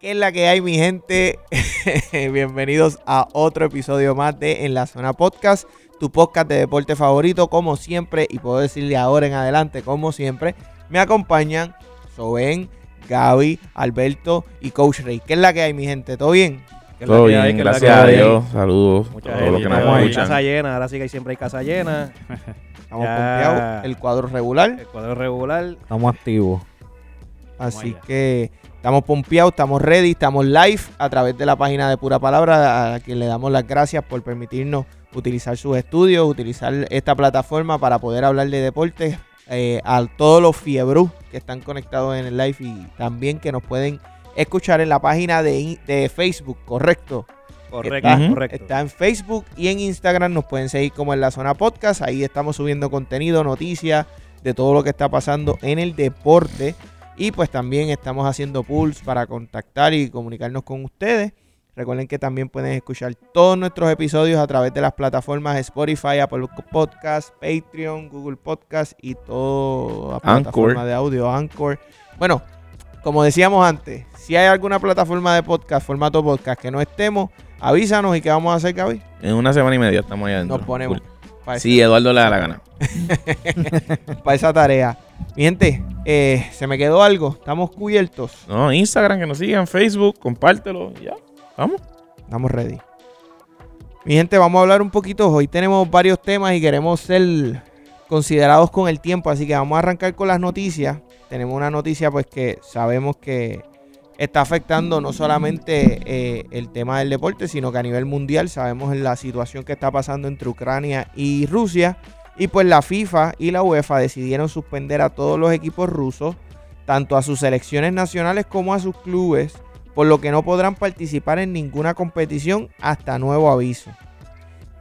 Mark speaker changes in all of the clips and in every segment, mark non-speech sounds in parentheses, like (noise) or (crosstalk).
Speaker 1: ¿Qué es la que hay, mi gente? (laughs) Bienvenidos a otro episodio más de En la Zona Podcast, tu podcast de deporte favorito, como siempre, y puedo decirle ahora en adelante, como siempre, me acompañan Soben, Gaby, Alberto y Coach Rey. ¿Qué es la que hay, mi gente? ¿Todo bien?
Speaker 2: ¿Qué es la
Speaker 3: Todo
Speaker 2: que hay?
Speaker 3: bien,
Speaker 2: ¿Qué es la
Speaker 3: gracias
Speaker 2: que
Speaker 3: a
Speaker 2: hay?
Speaker 3: Dios. Saludos a
Speaker 2: Muchas
Speaker 3: todos los que
Speaker 2: gracias.
Speaker 3: nos
Speaker 1: Vamos ahí.
Speaker 3: escuchan.
Speaker 2: Casa llena, ahora sí que siempre hay casa llena.
Speaker 1: Estamos
Speaker 2: Ya.
Speaker 1: confiados, el cuadro regular.
Speaker 2: El cuadro regular.
Speaker 4: Estamos activos.
Speaker 1: Así
Speaker 2: allá.
Speaker 1: que estamos pompeados, estamos ready, estamos live a través de la página de Pura Palabra, a quien le damos las gracias por permitirnos utilizar sus estudios, utilizar esta plataforma para poder hablar de deportes eh, a todos los fiebrus que están conectados en el live y también que nos pueden escuchar en la página de, in- de Facebook, correcto.
Speaker 2: Correcto,
Speaker 1: Está-
Speaker 2: correcto.
Speaker 1: Está en Facebook y en Instagram. Nos pueden seguir como en la zona podcast. Ahí estamos subiendo contenido, noticias de todo lo que está pasando en el deporte. Y pues también estamos haciendo pools para contactar y comunicarnos con ustedes. Recuerden que también pueden escuchar todos nuestros episodios a través de las plataformas Spotify, Apple Podcast, Patreon, Google Podcast y toda
Speaker 3: Anchor.
Speaker 1: plataforma de audio, Anchor. Bueno, como decíamos antes, si hay alguna plataforma de podcast, formato podcast que no estemos, avísanos y qué vamos a hacer, Gaby.
Speaker 3: En una semana y media estamos allá adentro.
Speaker 1: Nos ponemos para,
Speaker 3: Sí, Eduardo le da la gana.
Speaker 1: para esa tarea. Mi gente, eh, se me quedó algo. Estamos cubiertos.
Speaker 3: No, Instagram, que nos sigan, Facebook, compártelo. y Ya, vamos.
Speaker 1: Estamos ready. Mi gente, vamos a hablar un poquito. Hoy tenemos varios temas y queremos ser considerados con el tiempo. Así que vamos a arrancar con las noticias. Tenemos una noticia pues que sabemos que está afectando no solamente eh, el tema del deporte, sino que a nivel mundial sabemos la situación que está pasando entre Ucrania y Rusia. Y pues la FIFA y la UEFA decidieron suspender a todos los equipos rusos, tanto a sus selecciones nacionales como a sus clubes, por lo que no podrán participar en ninguna competición hasta nuevo aviso.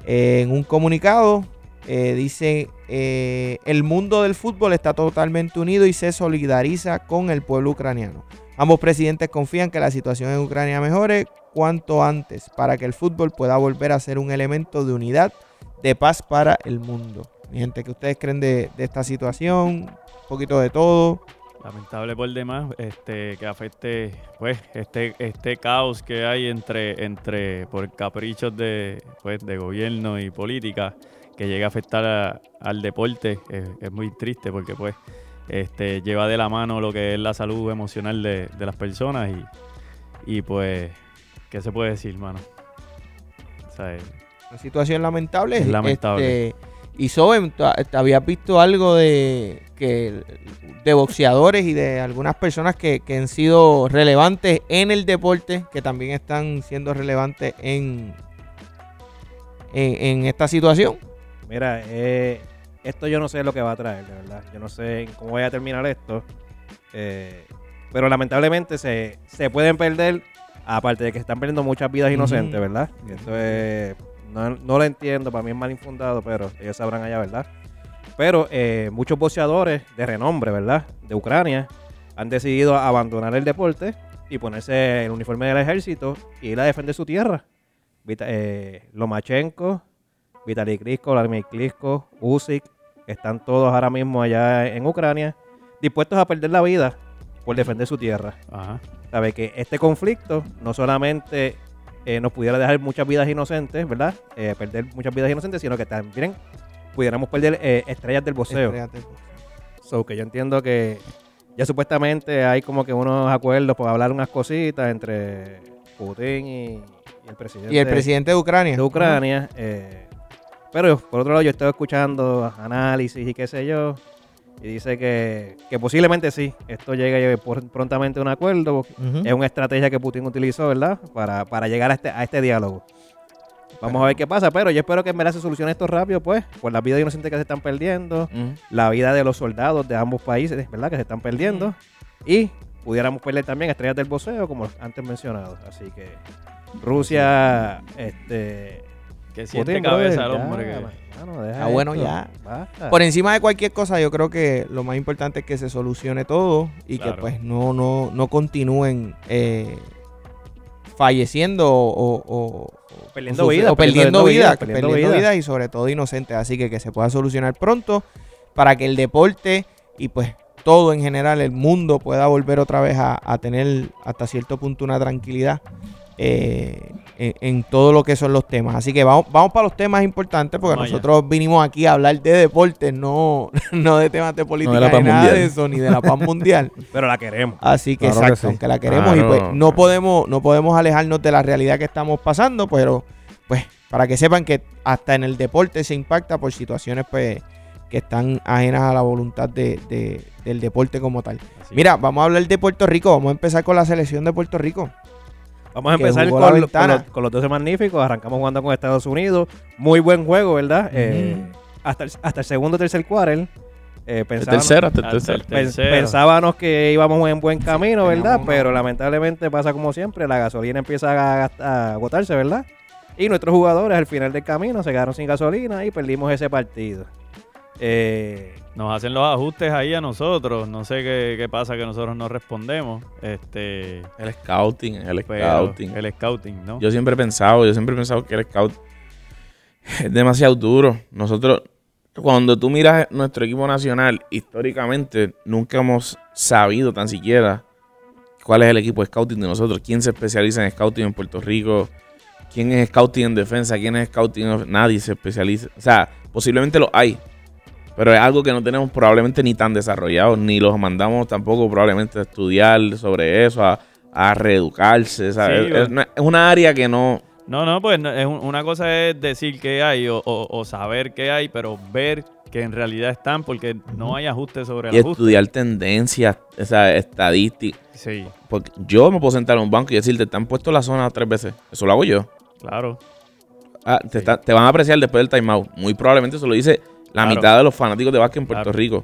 Speaker 1: Eh, en un comunicado eh, dice, eh, el mundo del fútbol está totalmente unido y se solidariza con el pueblo ucraniano. Ambos presidentes confían que la situación en Ucrania mejore cuanto antes para que el fútbol pueda volver a ser un elemento de unidad, de paz para el mundo. Mi gente, ¿qué ustedes creen de, de esta situación? Un poquito de todo.
Speaker 5: Lamentable por demás, este, que afecte, pues, este, este caos que hay entre, entre, por caprichos de, pues, de gobierno y política, que llega a afectar a- al deporte, es, es muy triste porque, pues, este, lleva de la mano lo que es la salud emocional de, de las personas y, y, pues, ¿qué se puede decir, mano? O sea, eh,
Speaker 1: Una situación lamentable.
Speaker 5: Es lamentable.
Speaker 1: Este, y Soben, ¿tú ha- te habías visto algo de que de boxeadores y de algunas personas que, que han sido relevantes en el deporte, que también están siendo relevantes en, en, en esta situación?
Speaker 2: Mira, eh, esto yo no sé lo que va a traer, de verdad. Yo no sé en cómo voy a terminar esto. Eh, pero lamentablemente se, se pueden perder, aparte de que están perdiendo muchas vidas inocentes,
Speaker 1: Ujú.
Speaker 2: ¿verdad? Que Esto es, no, no lo entiendo, para mí es mal infundado, pero ellos sabrán allá, ¿verdad? Pero eh, muchos boxeadores de renombre, ¿verdad? De Ucrania han decidido abandonar el deporte y ponerse el uniforme del ejército y ir a defender su tierra. Vita- eh, Lomachenko, Vitaly Klitschko, Vladimir Klitschko, Usyk, están todos ahora mismo allá en Ucrania dispuestos a perder la vida por defender su tierra.
Speaker 5: ajá.
Speaker 2: Sabe que este conflicto no solamente eh, nos pudiera dejar muchas vidas inocentes, ¿verdad? Eh, perder muchas vidas inocentes, sino que también pudiéramos perder eh, estrellas del boxeo.
Speaker 1: Espérate.
Speaker 2: So, que yo entiendo que ya supuestamente hay como que unos acuerdos por hablar unas cositas entre Putin y, y el presidente,
Speaker 1: Y el presidente de Ucrania.
Speaker 2: de Ucrania. eh, pero por otro lado, yo estaba escuchando análisis y qué sé yo. Y dice que, que posiblemente sí, esto llegue por- prontamente a un acuerdo.
Speaker 1: Ujú.
Speaker 2: Es una estrategia que Putin utilizó, ¿verdad? Para, para llegar a este, a este diálogo. Vamos a ver qué pasa, pero yo espero que en verdad se solucione esto rápido, pues, por las vidas inocentes que se están perdiendo la vida de los soldados de ambos países, ¿verdad? Que se están perdiendo. Y pudiéramos perder también estrellas del boxeo, como antes mencionado. Así que Rusia, este...
Speaker 5: Que siente
Speaker 2: Putin,
Speaker 5: cabeza al
Speaker 2: brother,
Speaker 5: hombre
Speaker 2: ya,
Speaker 5: que...
Speaker 2: mano, deja
Speaker 1: Ah, bueno,
Speaker 2: esto,
Speaker 1: ya.
Speaker 2: basta.
Speaker 1: Por encima de cualquier cosa, yo creo que lo más importante es que se solucione todo y que
Speaker 5: Claro.
Speaker 1: pues no, no, no continúen eh, falleciendo o, o- o- o
Speaker 2: Perdiendo
Speaker 1: sufri-
Speaker 2: vida,
Speaker 1: o perdiendo,
Speaker 2: perdiendo vida,
Speaker 1: vida,
Speaker 2: perdiendo
Speaker 1: perdiendo
Speaker 2: vida.
Speaker 1: vida y sobre todo inocentes. Así que que se pueda solucionar pronto para que el deporte y pues todo en general, el mundo pueda volver otra vez a, a tener hasta cierto punto una tranquilidad eh, en, en todo lo que son los temas. Así que vamos, vamos para los temas importantes, porque
Speaker 5: Vamos allá.
Speaker 1: nosotros vinimos aquí a hablar de deportes, no, (laughs) no de temas de política,
Speaker 3: la
Speaker 1: ni
Speaker 3: paz
Speaker 1: nada de
Speaker 3: mundial.
Speaker 1: eso, ni de la
Speaker 3: (laughs)
Speaker 1: paz mundial.
Speaker 2: Pero la queremos.
Speaker 1: Así que
Speaker 3: Claro que
Speaker 1: exacto,
Speaker 3: sí.
Speaker 1: aunque la queremos y
Speaker 3: Claro.
Speaker 1: pues no podemos, no podemos alejarnos de la realidad que estamos pasando, pero pues para que sepan que hasta en el deporte se impacta por situaciones pues que están ajenas a la voluntad de- de- del deporte como tal.
Speaker 5: Así
Speaker 1: Mira, vamos a hablar de Puerto Rico, vamos a empezar con la selección de Puerto Rico.
Speaker 2: Vamos a
Speaker 1: que
Speaker 2: empezar
Speaker 1: jugó
Speaker 2: con,
Speaker 1: la
Speaker 2: lo- con
Speaker 1: ventana.
Speaker 2: los, con los 12 magníficos. Arrancamos jugando con Estados Unidos. Muy buen juego, ¿verdad? Eh, hasta, el, hasta el segundo, tercer quarter. eh,
Speaker 3: Este El
Speaker 2: pensábamos,
Speaker 3: tercero, hasta el
Speaker 5: Hasta el
Speaker 3: tercero.
Speaker 5: tercero.
Speaker 2: pen- pensábamos que íbamos en buen camino, ¿verdad?
Speaker 1: teníamos una-
Speaker 2: Pero lamentablemente pasa como siempre. La gasolina empieza a, gast- a agotarse, ¿verdad? Y nuestros jugadores al final del camino se quedaron sin gasolina y perdimos ese partido. Eh,
Speaker 5: Nos hacen los ajustes ahí a nosotros. No sé qué, qué pasa que nosotros no respondemos. Este,
Speaker 3: El scouting, el
Speaker 5: pero
Speaker 3: scouting.
Speaker 5: El scouting, ¿no?
Speaker 3: Yo siempre he pensado, yo siempre he pensado que el scout es demasiado duro. Nosotros, cuando tú miras nuestro equipo nacional, históricamente nunca hemos sabido tan siquiera cuál es el equipo de scouting de nosotros, quién se especializa en scouting en Puerto Rico, quién es scouting en defensa, quién es scouting en... Nadie se especializa. O sea, posiblemente lo hay, pero es algo que no tenemos probablemente ni tan desarrollado, ni los mandamos tampoco probablemente a estudiar sobre eso, a, a reeducarse. ¿sabes?
Speaker 5: Sí,
Speaker 3: es, es una- es una área que no...
Speaker 5: No, no, pues no, es un- una cosa es decir que hay o, o- o saber que hay, pero ver que en realidad están porque no hay ajustes sobre el
Speaker 3: Y
Speaker 5: ajuste.
Speaker 3: estudiar tendencias, o sea, estadísticas.
Speaker 5: Sí,
Speaker 3: Porque yo me puedo sentar en un banco y decirte, te han puesto la zona tres veces. Eso lo hago yo.
Speaker 5: claro.
Speaker 3: Ah, te,
Speaker 5: Sí.
Speaker 3: está- te van a apreciar después del timeout. Muy probablemente eso lo dice la
Speaker 5: Claro.
Speaker 3: mitad de los fanáticos de básquet en Puerto
Speaker 5: Claro.
Speaker 3: Rico.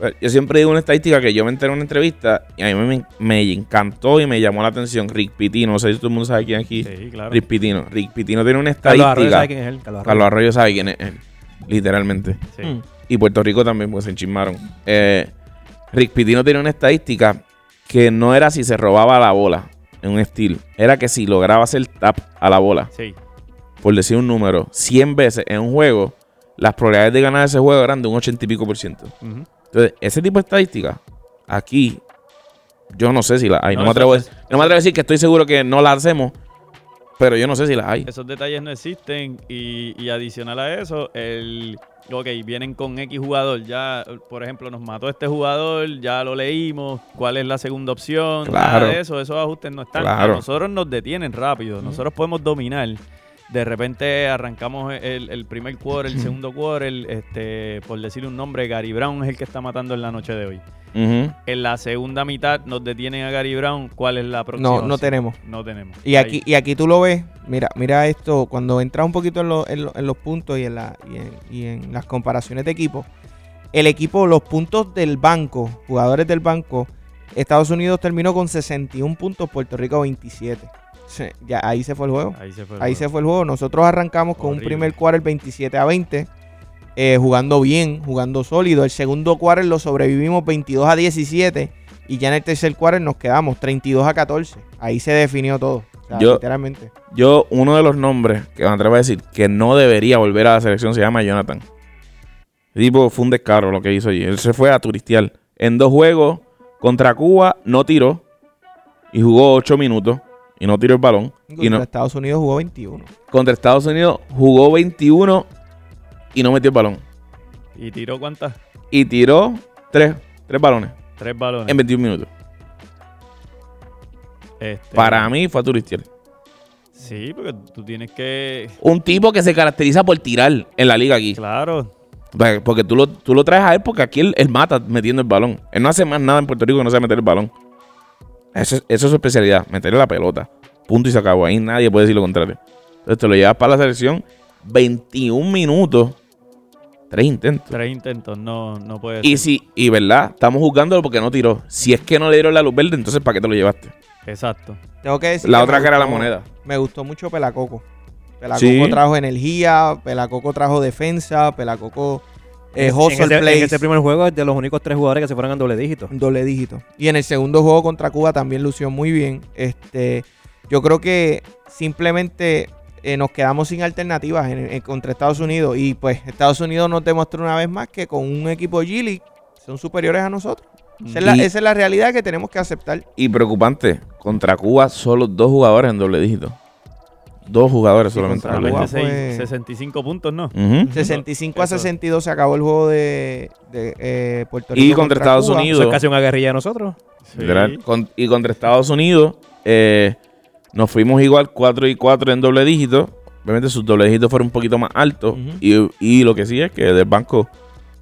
Speaker 3: Eh, Yo siempre digo una estadística que yo me enteré en una entrevista y a mí me, me encantó y me llamó la atención. Rick Pitino, no sé si todo el mundo sabe quién es aquí.
Speaker 5: Sí, claro.
Speaker 3: Rick Pitino. Rick Pitino tiene una
Speaker 2: Carlos Arroyo
Speaker 3: estadística.
Speaker 2: sabe quién es él. Carlos Arroyo.
Speaker 3: Carlos Arroyo sabe quién es él, literalmente.
Speaker 5: Sí.
Speaker 1: Mm.
Speaker 3: Y Puerto Rico también, pues se enchismaron. Eh, Rick Pitino tenía una estadística que no era si se robaba la bola en un estilo, era que si lograba hacer tap a la bola,
Speaker 5: Sí,
Speaker 3: por decir un número, 100 veces en un juego, las probabilidades de ganar ese juego eran de un 80 y pico por ciento.
Speaker 5: ujú.
Speaker 3: Entonces, ese tipo de estadística, aquí, yo no sé si la hay. No,
Speaker 5: No,
Speaker 3: me,
Speaker 5: eso-
Speaker 3: atrevo a, no me atrevo a decir que estoy seguro que no la hacemos, pero yo no sé si la hay.
Speaker 5: Esos detalles no existen y, y adicional a eso, el... Ok, vienen con X jugador, ya, por ejemplo, nos mató este jugador, ya lo leímos, cuál es la segunda opción, nada
Speaker 3: Claro.
Speaker 5: de eso, esos ajustes no están.
Speaker 3: Claro.
Speaker 5: A nosotros nos detienen rápido, nosotros podemos dominar. De repente arrancamos el, el primer quarter, el segundo quarter, este, por decir un nombre, Gary Brown es el que está matando en la noche de hoy.
Speaker 3: Ujú.
Speaker 5: En la segunda mitad nos detienen a Gary Brown, ¿cuál es la próxima?
Speaker 1: No, no
Speaker 5: opción?
Speaker 1: tenemos.
Speaker 5: No tenemos.
Speaker 1: Y
Speaker 5: Ahí.
Speaker 1: aquí, y aquí tú lo ves, mira, mira esto, cuando entras un poquito en, lo- en lo- en los puntos y en, la, y, en, y en las comparaciones de equipo, el equipo, los puntos del banco, jugadores del banco, Estados Unidos terminó con 61 puntos, Puerto Rico 27. Sí, Ya, ahí se fue el juego.
Speaker 5: Ahí se fue. el
Speaker 1: Ahí
Speaker 5: juego.
Speaker 1: se fue el juego. Nosotros arrancamos con un
Speaker 5: Horrible.
Speaker 1: primer quarter 27 a 20, eh, jugando bien, jugando sólido. El segundo quarter lo sobrevivimos 22 a 17 y ya en el tercer quarter nos quedamos 32 a 14. Ahí se definió todo, o sea,
Speaker 3: Yo-
Speaker 1: literalmente.
Speaker 3: Yo, uno de los nombres que me atrevo a decir que no debería volver a la selección se llama Jonathan. El tipo fue un descaro lo que hizo allí. Él se fue a turistear. En dos juegos contra Cuba no tiró y jugó ocho minutos y no tiró el balón. Y
Speaker 1: Contra
Speaker 3: no,
Speaker 1: Estados Unidos jugó 21.
Speaker 3: contra Estados Unidos jugó 21 y no metió el balón.
Speaker 5: ¿Y tiró cuántas?
Speaker 3: Y tiró tres, tres balones
Speaker 5: Tres balones.
Speaker 3: en 21 minutos.
Speaker 5: Este,
Speaker 3: Para mí fue a turistear.
Speaker 5: Sí, porque tú tienes que.
Speaker 3: Un tipo que se caracteriza por tirar en la liga aquí.
Speaker 5: Claro,
Speaker 3: Porque- Porque tú lo, tú lo traes a él porque aquí él, él mata metiendo el balón. Él no hace más nada en Puerto Rico que no sea meter el balón. Eso, es- eso es su especialidad, meterle la pelota. Punto y se acabó. Ahí nadie puede decir lo contrario. Entonces te lo llevas para la selección 21 minutos, tres intentos.
Speaker 5: tres intentos, no, no puede
Speaker 3: Y
Speaker 5: ser.
Speaker 3: si, y verdad, estamos juzgándolo porque no tiró. Si es que no le dieron la luz verde, entonces ¿para qué te lo llevaste?
Speaker 5: Exacto.
Speaker 1: Tengo que decir
Speaker 3: La
Speaker 1: que
Speaker 3: otra
Speaker 1: me
Speaker 3: cara de la
Speaker 1: gustó-
Speaker 3: moneda.
Speaker 1: Me gustó mucho Pelacoco. Pelacoco
Speaker 3: Sí.
Speaker 1: trajo energía, Pelacoco trajo defensa, Pelacoco eh,
Speaker 2: En- en
Speaker 1: hustle
Speaker 2: ese- en
Speaker 1: plays.
Speaker 2: ese primer juego es de los únicos tres jugadores que se fueron en doble dígito.
Speaker 1: doble dígito. Y en el segundo juego contra Cuba también lució muy bien. Este, yo creo que simplemente eh, nos quedamos sin alternativas en- en- contra Estados Unidos. Y pues Estados Unidos nos demostró una vez más que con un equipo G-League son superiores a nosotros. Esa es, la,
Speaker 3: Y-
Speaker 1: esa es la realidad que tenemos que aceptar.
Speaker 3: Y preocupante, contra Cuba solo dos jugadores en doble dígito. Dos jugadores
Speaker 1: Sí,
Speaker 3: solamente. en
Speaker 1: contra
Speaker 3: doble
Speaker 1: Cuba
Speaker 3: dígito.
Speaker 1: fue-
Speaker 5: 46, 65 puntos, ¿no?
Speaker 3: Ujú.
Speaker 1: 65 a
Speaker 5: Eso.
Speaker 1: 62 se acabó el juego de, de, eh, Puerto Rico.
Speaker 3: Y contra Estados
Speaker 1: Cuba.
Speaker 3: Unidos.
Speaker 2: Eso es casi una guerrilla de nosotros.
Speaker 5: Sí.
Speaker 3: Literal. Con- y contra Estados Unidos, eh, nos fuimos igual 4 y 4 en doble dígito. Obviamente sus doble dígitos fueron un poquito más altos.
Speaker 1: Ujú.
Speaker 3: y, y lo que sí es que del banco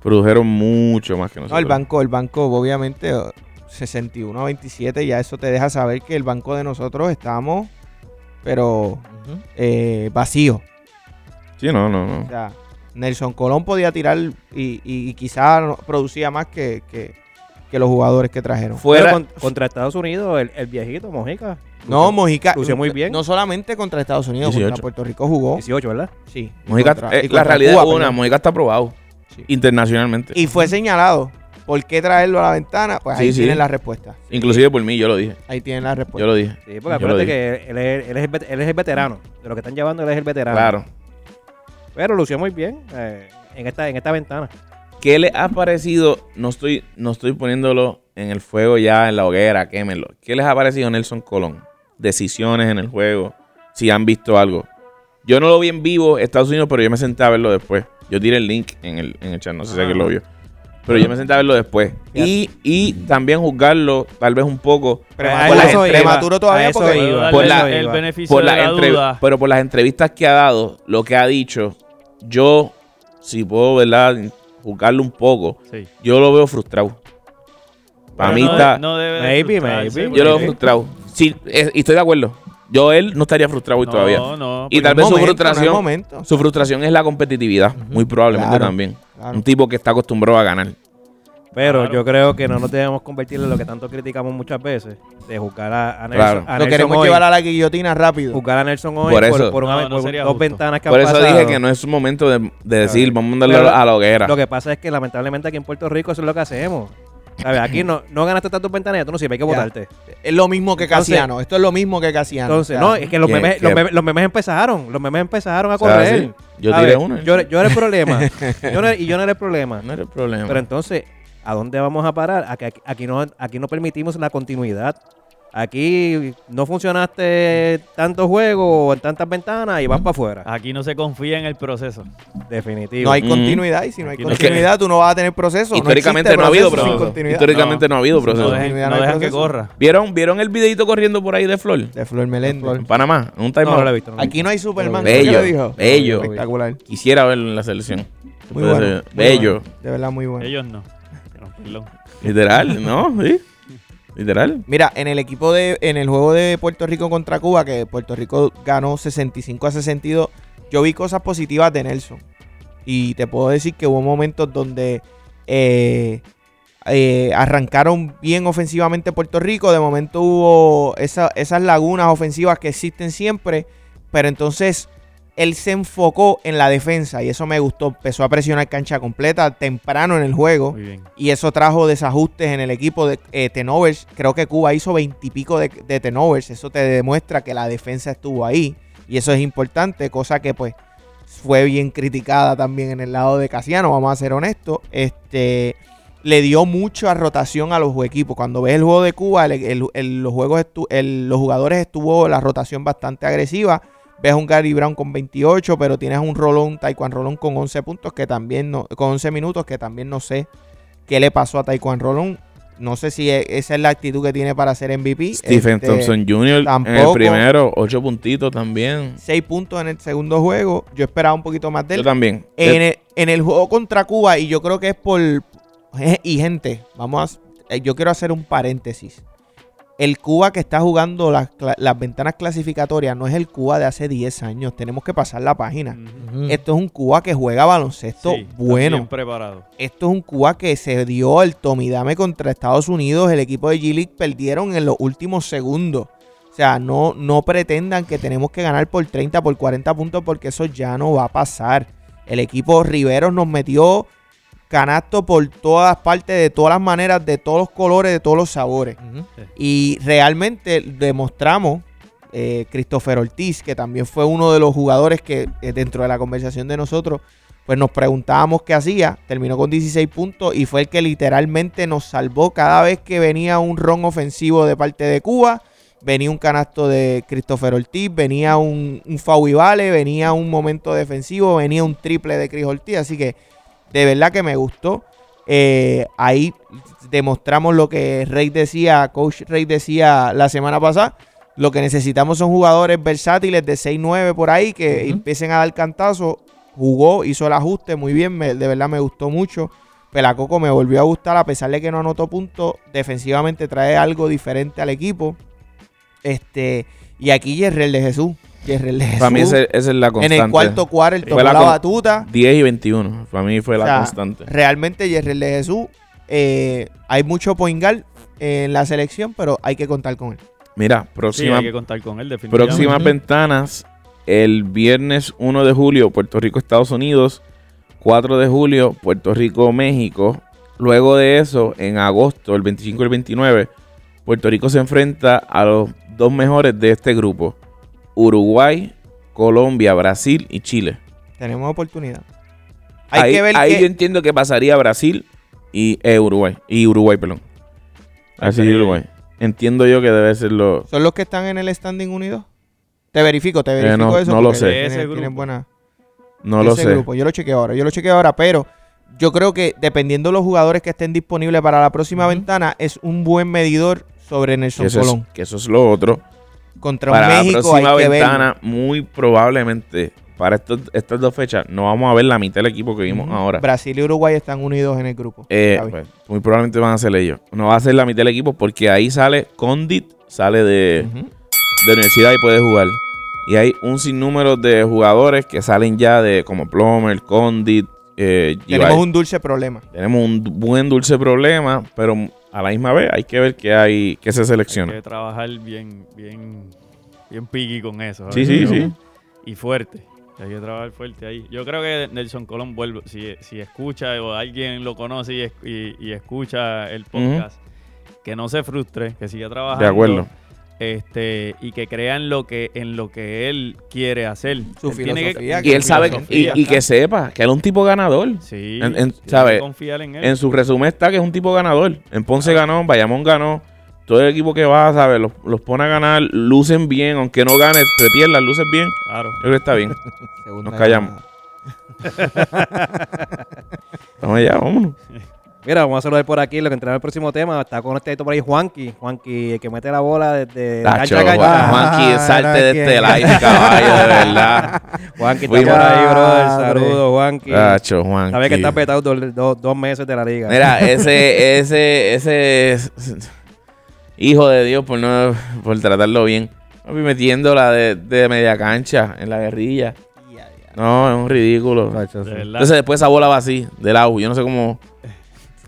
Speaker 3: produjeron mucho más que nosotros.
Speaker 1: No, el banco, el banco, obviamente, 61 a 27, ya eso te deja saber que el banco de nosotros estamos, pero eh, vacío.
Speaker 3: Sí, no, no, no.
Speaker 1: O sea, Nelson Colón podía tirar y, y, y quizá no- producía más que, que- que los jugadores que trajeron.
Speaker 3: Fuera,
Speaker 2: Pero con- contra Estados Unidos, el, el viejito Mojica.
Speaker 1: No, Mojica.
Speaker 2: lució muy bien.
Speaker 1: No solamente contra Estados Unidos,
Speaker 3: 18.
Speaker 1: contra Puerto Rico jugó.
Speaker 2: 18, ¿verdad?
Speaker 1: Sí. y
Speaker 3: Mojica-
Speaker 1: contra-
Speaker 3: eh,
Speaker 1: y
Speaker 3: la
Speaker 1: contra
Speaker 3: realidad
Speaker 1: Cuba,
Speaker 3: es una,
Speaker 1: perdón.
Speaker 3: Mojica está aprobado
Speaker 1: Sí.
Speaker 3: internacionalmente.
Speaker 1: Y fue señalado. ¿Por qué traerlo a la ventana? Pues ahí
Speaker 3: Sí, sí.
Speaker 1: tienen la respuesta.
Speaker 3: Inclusive por mí, yo lo dije.
Speaker 1: Ahí tienen la respuesta.
Speaker 3: Yo lo dije.
Speaker 2: Sí,
Speaker 3: Yo
Speaker 2: porque
Speaker 3: lo
Speaker 2: acuérdate
Speaker 3: dije.
Speaker 2: que él es, él, es el, vet- él es el veterano. De lo que están llevando, él es el veterano.
Speaker 3: Claro.
Speaker 2: Pero lució muy bien eh, en, esta, en esta ventana.
Speaker 3: ¿Qué le ha parecido? No estoy, no estoy poniéndolo en el fuego ya, en la hoguera, quémelo. ¿Qué les ha parecido Nelson Colón? Decisiones en el juego, si han visto algo. Yo no lo vi en vivo Estados Unidos, pero yo me senté a verlo después. Yo tiré el link en el, en el chat, no sé si alguien lo vio. Pero yo me senté a verlo después. Y, y también juzgarlo, tal vez un poco,
Speaker 1: Prematuro,
Speaker 2: Por la-
Speaker 1: eso iba. prematuro todavía
Speaker 2: A eso
Speaker 1: porque-
Speaker 2: iba.
Speaker 5: Por
Speaker 3: Por la-
Speaker 5: el
Speaker 2: iba.
Speaker 5: beneficio
Speaker 3: por
Speaker 5: de
Speaker 3: las
Speaker 5: la
Speaker 3: entrev-
Speaker 5: duda.
Speaker 3: pero por las entrevistas que ha dado, lo que ha dicho, yo, si puedo, ¿verdad? Juzgarlo un poco,
Speaker 5: Sí.
Speaker 3: yo lo veo frustrado. Para
Speaker 5: Pero
Speaker 3: mí
Speaker 5: no de-
Speaker 3: está.
Speaker 5: no debe de
Speaker 2: Maybe,
Speaker 5: frustrarse,
Speaker 2: maybe.
Speaker 5: porque-
Speaker 3: yo lo veo frustrado. Sí, eh, y estoy de acuerdo. Yo, él, no estaría frustrado hoy
Speaker 5: No,
Speaker 3: todavía.
Speaker 5: no,
Speaker 3: y
Speaker 5: porque-
Speaker 3: tal vez
Speaker 1: momento,
Speaker 3: su
Speaker 1: no
Speaker 3: frustración.
Speaker 1: es momento.
Speaker 3: Su frustración es la competitividad, muy probablemente
Speaker 1: Claro,
Speaker 3: también.
Speaker 1: claro.
Speaker 3: Un tipo que está acostumbrado a ganar.
Speaker 2: Pero
Speaker 5: Claro.
Speaker 2: yo creo que no nos debemos convertir en lo que tanto criticamos muchas veces, de juzgar a, a Nelson,
Speaker 3: Claro.
Speaker 2: a
Speaker 1: Lo
Speaker 2: Nelson
Speaker 1: queremos
Speaker 2: hoy.
Speaker 1: llevar a la guillotina rápido.
Speaker 2: Juzgar a Nelson hoy
Speaker 3: Por
Speaker 2: por,
Speaker 3: eso.
Speaker 2: por una-
Speaker 5: No, no
Speaker 2: por
Speaker 5: sería
Speaker 2: dos
Speaker 5: justo.
Speaker 2: ventanas que
Speaker 3: Por
Speaker 2: han
Speaker 3: eso
Speaker 2: pasado.
Speaker 3: dije que no es un momento de, de decir, vamos a mandarlo
Speaker 2: Pero-
Speaker 3: a la hoguera.
Speaker 2: Lo que pasa es que lamentablemente aquí en Puerto Rico eso es lo que hacemos. ¿Sabes? Aquí no, no ganaste tantos ventanas, tú no sirves, hay que
Speaker 1: Ya.
Speaker 2: votarte.
Speaker 1: Es lo mismo que
Speaker 2: Entonces-
Speaker 1: Casiano. Esto es lo mismo que Casiano.
Speaker 2: Entonces,
Speaker 1: O sea,
Speaker 2: no, es que los
Speaker 3: Que-
Speaker 2: memes, Los,
Speaker 3: que-
Speaker 2: memes, los memes empezaron, los memes empezaron a
Speaker 3: O sea,
Speaker 2: correr.
Speaker 3: sí, yo
Speaker 2: ¿Sabes?
Speaker 3: tiré una.
Speaker 2: Yo, yo era el
Speaker 3: (laughs)
Speaker 2: problema. Yo no- y yo no era el problema.
Speaker 3: no era el problema.
Speaker 2: Pero entonces, ¿a dónde vamos a parar? A que Aquí, aquí no, aquí no permitimos la continuidad. Aquí no funcionaste tantos juegos o en tantas ventanas y vas para afuera.
Speaker 5: Aquí no se confía en el proceso.
Speaker 2: Definitivo.
Speaker 1: Ah. no hay
Speaker 3: Mm.
Speaker 1: continuidad y si no hay
Speaker 5: Aquí
Speaker 3: no-
Speaker 1: continuidad tú no vas a tener proceso. No
Speaker 3: Históricamente
Speaker 1: existe
Speaker 3: no, ha habido
Speaker 1: proceso sin
Speaker 3: proceso.
Speaker 1: continuidad.
Speaker 3: Históricamente no. ha habido proceso.
Speaker 5: No dejan,
Speaker 1: Continuidad
Speaker 5: no
Speaker 1: en el
Speaker 5: dejan que
Speaker 1: proceso.
Speaker 5: corra.
Speaker 3: ¿Vieron, ¿Vieron el videito corriendo por ahí de Flor?
Speaker 1: De Flor Meléndez.
Speaker 3: En Panamá, en un time
Speaker 2: No, no
Speaker 3: out.
Speaker 2: lo he visto, no lo he
Speaker 1: Aquí no hay Superman.
Speaker 3: Bello,
Speaker 1: ¿Qué le dijo?
Speaker 3: bello.
Speaker 1: Espectacular.
Speaker 3: Quisiera verlo en la selección.
Speaker 1: Muy
Speaker 3: Puede
Speaker 1: bueno.
Speaker 3: ser
Speaker 1: muy
Speaker 3: Bello.
Speaker 1: bueno. De verdad, muy bueno.
Speaker 5: Ellos no. Pero, perdón.
Speaker 3: Literal, ¿no? Sí. Literal.
Speaker 1: Mira, en el equipo de, en el juego de Puerto Rico contra Cuba, que Puerto Rico ganó 65 a 62, yo vi cosas positivas de Nelson. Y te puedo decir que hubo momentos donde eh, eh, arrancaron bien ofensivamente Puerto Rico. De momento hubo esa- esas lagunas ofensivas que existen siempre. Pero entonces él se enfocó en la defensa y eso me gustó. Empezó a presionar cancha completa temprano en el juego
Speaker 5: Muy bien.
Speaker 1: y eso trajo desajustes en el equipo de eh, tenovers. Creo que Cuba hizo veintipico de, de tenovers. Eso te demuestra que la defensa estuvo ahí y eso es importante, cosa que pues fue bien criticada también en el lado de Casiano, vamos a ser honestos. Este le dio mucha rotación a los equipos. Cuando ves el juego de Cuba, el- el- el- los, juegos estu- el- los jugadores estuvo la rotación bastante agresiva. Ves un Gary Brown con 28, pero tienes un Rolón, Taekwondo Rolón con 11 puntos que también no, con 11 minutos que también no sé qué le pasó a Taekwondo Rolón. No sé si e- esa es la actitud que tiene para ser MVP.
Speaker 3: Stephen
Speaker 1: Este,
Speaker 3: Thompson Jr. en el
Speaker 1: tampoco.
Speaker 3: primero, ocho puntitos también.
Speaker 1: seis puntos en el segundo juego. Yo esperaba un poquito más de
Speaker 3: Yo
Speaker 1: él.
Speaker 3: también. Eh,
Speaker 1: En el, en el juego contra Cuba, y yo creo que es por. eh, Y gente, vamos a. eh, Yo quiero hacer un paréntesis. El Cuba que está jugando las, cla- las ventanas clasificatorias no es el Cuba de hace 10 años. Tenemos que pasar la página. Esto es un Cuba que juega baloncesto
Speaker 5: Sí, está
Speaker 1: bueno.
Speaker 5: Bien preparado.
Speaker 1: Esto es un Cuba que se dio el tomidame contra Estados Unidos. El equipo de G-League perdieron en los últimos segundos. O sea, no, no pretendan que tenemos que ganar por 30, por 40 puntos, porque eso ya no va a pasar. El equipo Riveros nos metió canasto por todas partes, de todas las maneras, de todos los colores, de todos los sabores. Y realmente demostramos, eh, Christopher Ortiz, que también fue uno de los jugadores que eh, dentro de la conversación de nosotros pues nos preguntábamos qué hacía. Terminó con 16 puntos y fue el que literalmente nos salvó cada vez que venía un ron ofensivo de parte de Cuba. Venía un canasto de Christopher Ortiz, venía un, un foul y Vale, venía un momento defensivo, venía un triple de Chris Ortiz. Así que de verdad que me gustó. Eh, ahí demostramos lo que Rey decía, Coach Rey decía la semana pasada. Lo que necesitamos son jugadores versátiles de 6-9 por ahí que
Speaker 2: Ujú.
Speaker 1: empiecen a dar cantazo. Jugó, hizo el ajuste muy bien, me- de verdad me gustó mucho. Pelacoco me volvió a gustar a pesar de que no anotó puntos. Defensivamente trae algo diferente al equipo. Este, y aquí Yerrel de Jesús. Yerrel de Jesús.
Speaker 3: Para mí ese- esa es la
Speaker 1: en
Speaker 3: constante.
Speaker 1: el cuarto cuarto, él
Speaker 3: Fue
Speaker 1: tomó
Speaker 3: la
Speaker 1: la
Speaker 3: con-
Speaker 1: batuta.
Speaker 3: 10 y 21. Para mí fue la
Speaker 1: O sea,
Speaker 3: constante.
Speaker 1: Realmente Yerrel de Jesús, eh, hay mucho poingal en la selección, pero hay que contar con él.
Speaker 3: Mira,
Speaker 5: Sí,
Speaker 3: próxima,
Speaker 5: hay que contar con él, definitivamente.
Speaker 3: próximas ventanas. El viernes 1 de julio, Puerto Rico, Estados Unidos. 4 de julio, Puerto Rico, México. Luego de eso, en agosto, el 25 y el 29, Puerto Rico se enfrenta a los dos mejores de este grupo. Uruguay, Colombia, Brasil y Chile.
Speaker 1: Tenemos oportunidad. Hay
Speaker 3: ahí
Speaker 1: que ver
Speaker 3: ahí
Speaker 1: qué-
Speaker 3: yo entiendo que pasaría Brasil y eh, Uruguay. Y Uruguay, perdón. Así
Speaker 5: Ok.
Speaker 3: Uruguay. Entiendo yo que debe ser lo...
Speaker 1: son los que están en el standing unidos. Te verifico, te verifico
Speaker 3: Eh, no-
Speaker 1: eso.
Speaker 3: no lo
Speaker 1: porque
Speaker 3: sé.
Speaker 5: De ese
Speaker 1: Tienen,
Speaker 5: grupo.
Speaker 1: tienen buena,
Speaker 3: No
Speaker 1: de
Speaker 3: lo
Speaker 1: ese
Speaker 3: sé.
Speaker 1: grupo. Yo lo chequeo ahora, yo lo chequeo ahora, pero yo creo que dependiendo de los jugadores que estén disponibles para la próxima ventana, es un buen medidor sobre
Speaker 3: Que
Speaker 1: Nelson
Speaker 3: eso, es,
Speaker 1: Colón.
Speaker 3: que eso es lo otro.
Speaker 1: Contra un
Speaker 3: Para la
Speaker 1: México
Speaker 3: próxima
Speaker 1: hay que ver.
Speaker 3: ventana, muy probablemente, para estos- estas dos fechas, no vamos a ver la mitad del equipo que vimos ahora.
Speaker 1: Brasil y Uruguay están unidos en el grupo.
Speaker 3: Eh,
Speaker 1: Javi.
Speaker 3: pues, muy probablemente van a ser ellos. No va a ser la mitad del equipo porque ahí sale Condit, sale de,
Speaker 1: Ujú.
Speaker 3: de universidad y puede jugar. Y hay un sinnúmero de jugadores que salen ya de como Plummer, Condit, eh,
Speaker 1: Tenemos
Speaker 3: Gibay.
Speaker 1: un dulce problema.
Speaker 3: Tenemos un du- buen dulce problema, pero a la misma vez hay que ver qué hay, que se
Speaker 5: Hay
Speaker 3: selecciona.
Speaker 5: que trabajar bien, bien, bien piqui con eso.
Speaker 3: Sí,
Speaker 5: ¿sabes?
Speaker 3: sí, sí.
Speaker 5: Y fuerte. Hay que trabajar fuerte ahí. Yo creo que Nelson Colón vuelve. Si, si escucha o alguien lo conoce y, es- y- y escucha el podcast, que no se frustre, que siga trabajando.
Speaker 3: De acuerdo.
Speaker 5: Este, y que crea en lo que, en lo que él quiere hacer.
Speaker 1: Su
Speaker 5: Él tiene que-
Speaker 1: filosofía,
Speaker 3: Y él sabe, y,
Speaker 5: filosofía,
Speaker 3: y que sepa que él es un tipo ganador.
Speaker 5: Sí,
Speaker 3: en- en-
Speaker 5: tiene que
Speaker 3: ¿sabe?
Speaker 5: confiar en él.
Speaker 3: En su resumen está que es un tipo ganador. En Ponce ganó, en Bayamón ganó. Todo el equipo que va, ¿sabes? Los, los pone a ganar, lucen bien, aunque no gane, se pierdan, lucen bien.
Speaker 5: Claro.
Speaker 3: Yo creo que está (laughs) bien.
Speaker 1: Segunda
Speaker 3: Nos callamos.
Speaker 1: llamada.
Speaker 3: Vamos allá, vámonos.
Speaker 2: Mira, vamos a saludar por aquí lo que entrará el próximo tema. Está con este por ahí Juanqui. Juanqui, el que mete la bola desde
Speaker 3: Tacho,
Speaker 2: cancha a cancha.
Speaker 3: Juan- Juanqui, salte de
Speaker 4: que-
Speaker 3: este (laughs) live, caballo, de verdad.
Speaker 2: Juanqui está
Speaker 3: Fuimos.
Speaker 2: por ahí, brother.
Speaker 4: Madre.
Speaker 2: Saludos, Juanqui.
Speaker 3: Tacho, Juan.
Speaker 2: Sabes que está petado dos, dos- dos meses de la liga.
Speaker 3: (laughs) Mira, ese, ese, ese es- hijo de Dios por no, por tratarlo bien. Papi, Metiéndola de, de media cancha en la guerrilla.
Speaker 1: (laughs)
Speaker 3: No, es un ridículo.
Speaker 4: Tacho,
Speaker 5: De
Speaker 4: sí.
Speaker 5: verdad.
Speaker 3: Entonces después esa bola va así, de lado. Yo no sé cómo.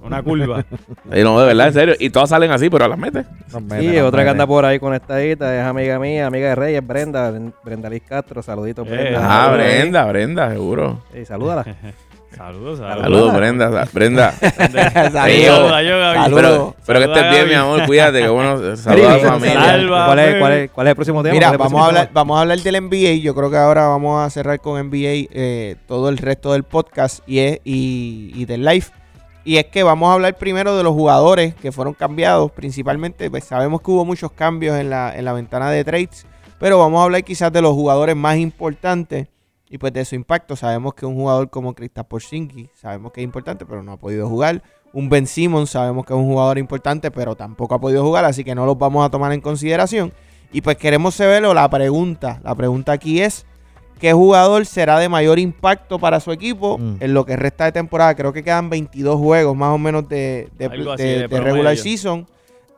Speaker 5: Una curva.
Speaker 3: Eh, No, de verdad, en serio. Y todas salen así, pero las mete.
Speaker 4: Nos
Speaker 2: Sí,
Speaker 4: meten, nos
Speaker 2: otra que
Speaker 4: meten.
Speaker 2: anda por ahí conectadita es amiga mía, amiga de Reyes, Brenda, Brenda Liz Castro, saluditos
Speaker 5: Eh,
Speaker 2: Brenda.
Speaker 3: Ah,
Speaker 5: Ajá,
Speaker 2: Saludos ahí.
Speaker 3: Brenda, Brenda, seguro.
Speaker 2: Sí, salúdala.
Speaker 5: saludos, saludos.
Speaker 3: Saludos, Brenda. sa- Brenda. (laughs)
Speaker 5: Saludos, Saludos.
Speaker 3: Pero, pero que estés
Speaker 5: Saluda,
Speaker 3: bien, mi
Speaker 5: Gaby.
Speaker 3: amor. Cuídate,
Speaker 1: (laughs)
Speaker 3: que bueno. Saludos a la
Speaker 2: Sí,
Speaker 3: familia.
Speaker 5: Salva.
Speaker 2: ¿Cuál es, cuál, es, ¿Cuál es el próximo tema?
Speaker 1: Mira,
Speaker 2: ¿Cuál es el
Speaker 1: vamos a,
Speaker 2: próximo
Speaker 1: hablar, vamos a hablar del NBA. Yo creo que ahora vamos a cerrar con NBA eh, todo el resto del podcast y, es- y, y del live. Y es que vamos a hablar primero de los jugadores que fueron cambiados. Principalmente, pues sabemos que hubo muchos cambios en la, en la ventana de trades. Pero vamos a hablar quizás de los jugadores más importantes y pues de su impacto. Sabemos que un jugador como Kristaps Porzingis, sabemos que es importante, pero no ha podido jugar. Un Ben Simmons, sabemos que es un jugador importante, pero tampoco ha podido jugar, así que no los vamos a tomar en consideración. Y pues queremos saberlo la pregunta. La pregunta aquí es, ¿qué jugador será de mayor impacto para su equipo
Speaker 4: Mm.
Speaker 1: en lo que resta de temporada? Creo que quedan 22 juegos más o menos de, de-
Speaker 5: Algo así,
Speaker 1: de-
Speaker 5: de
Speaker 1: de
Speaker 5: promedio.
Speaker 1: regular season.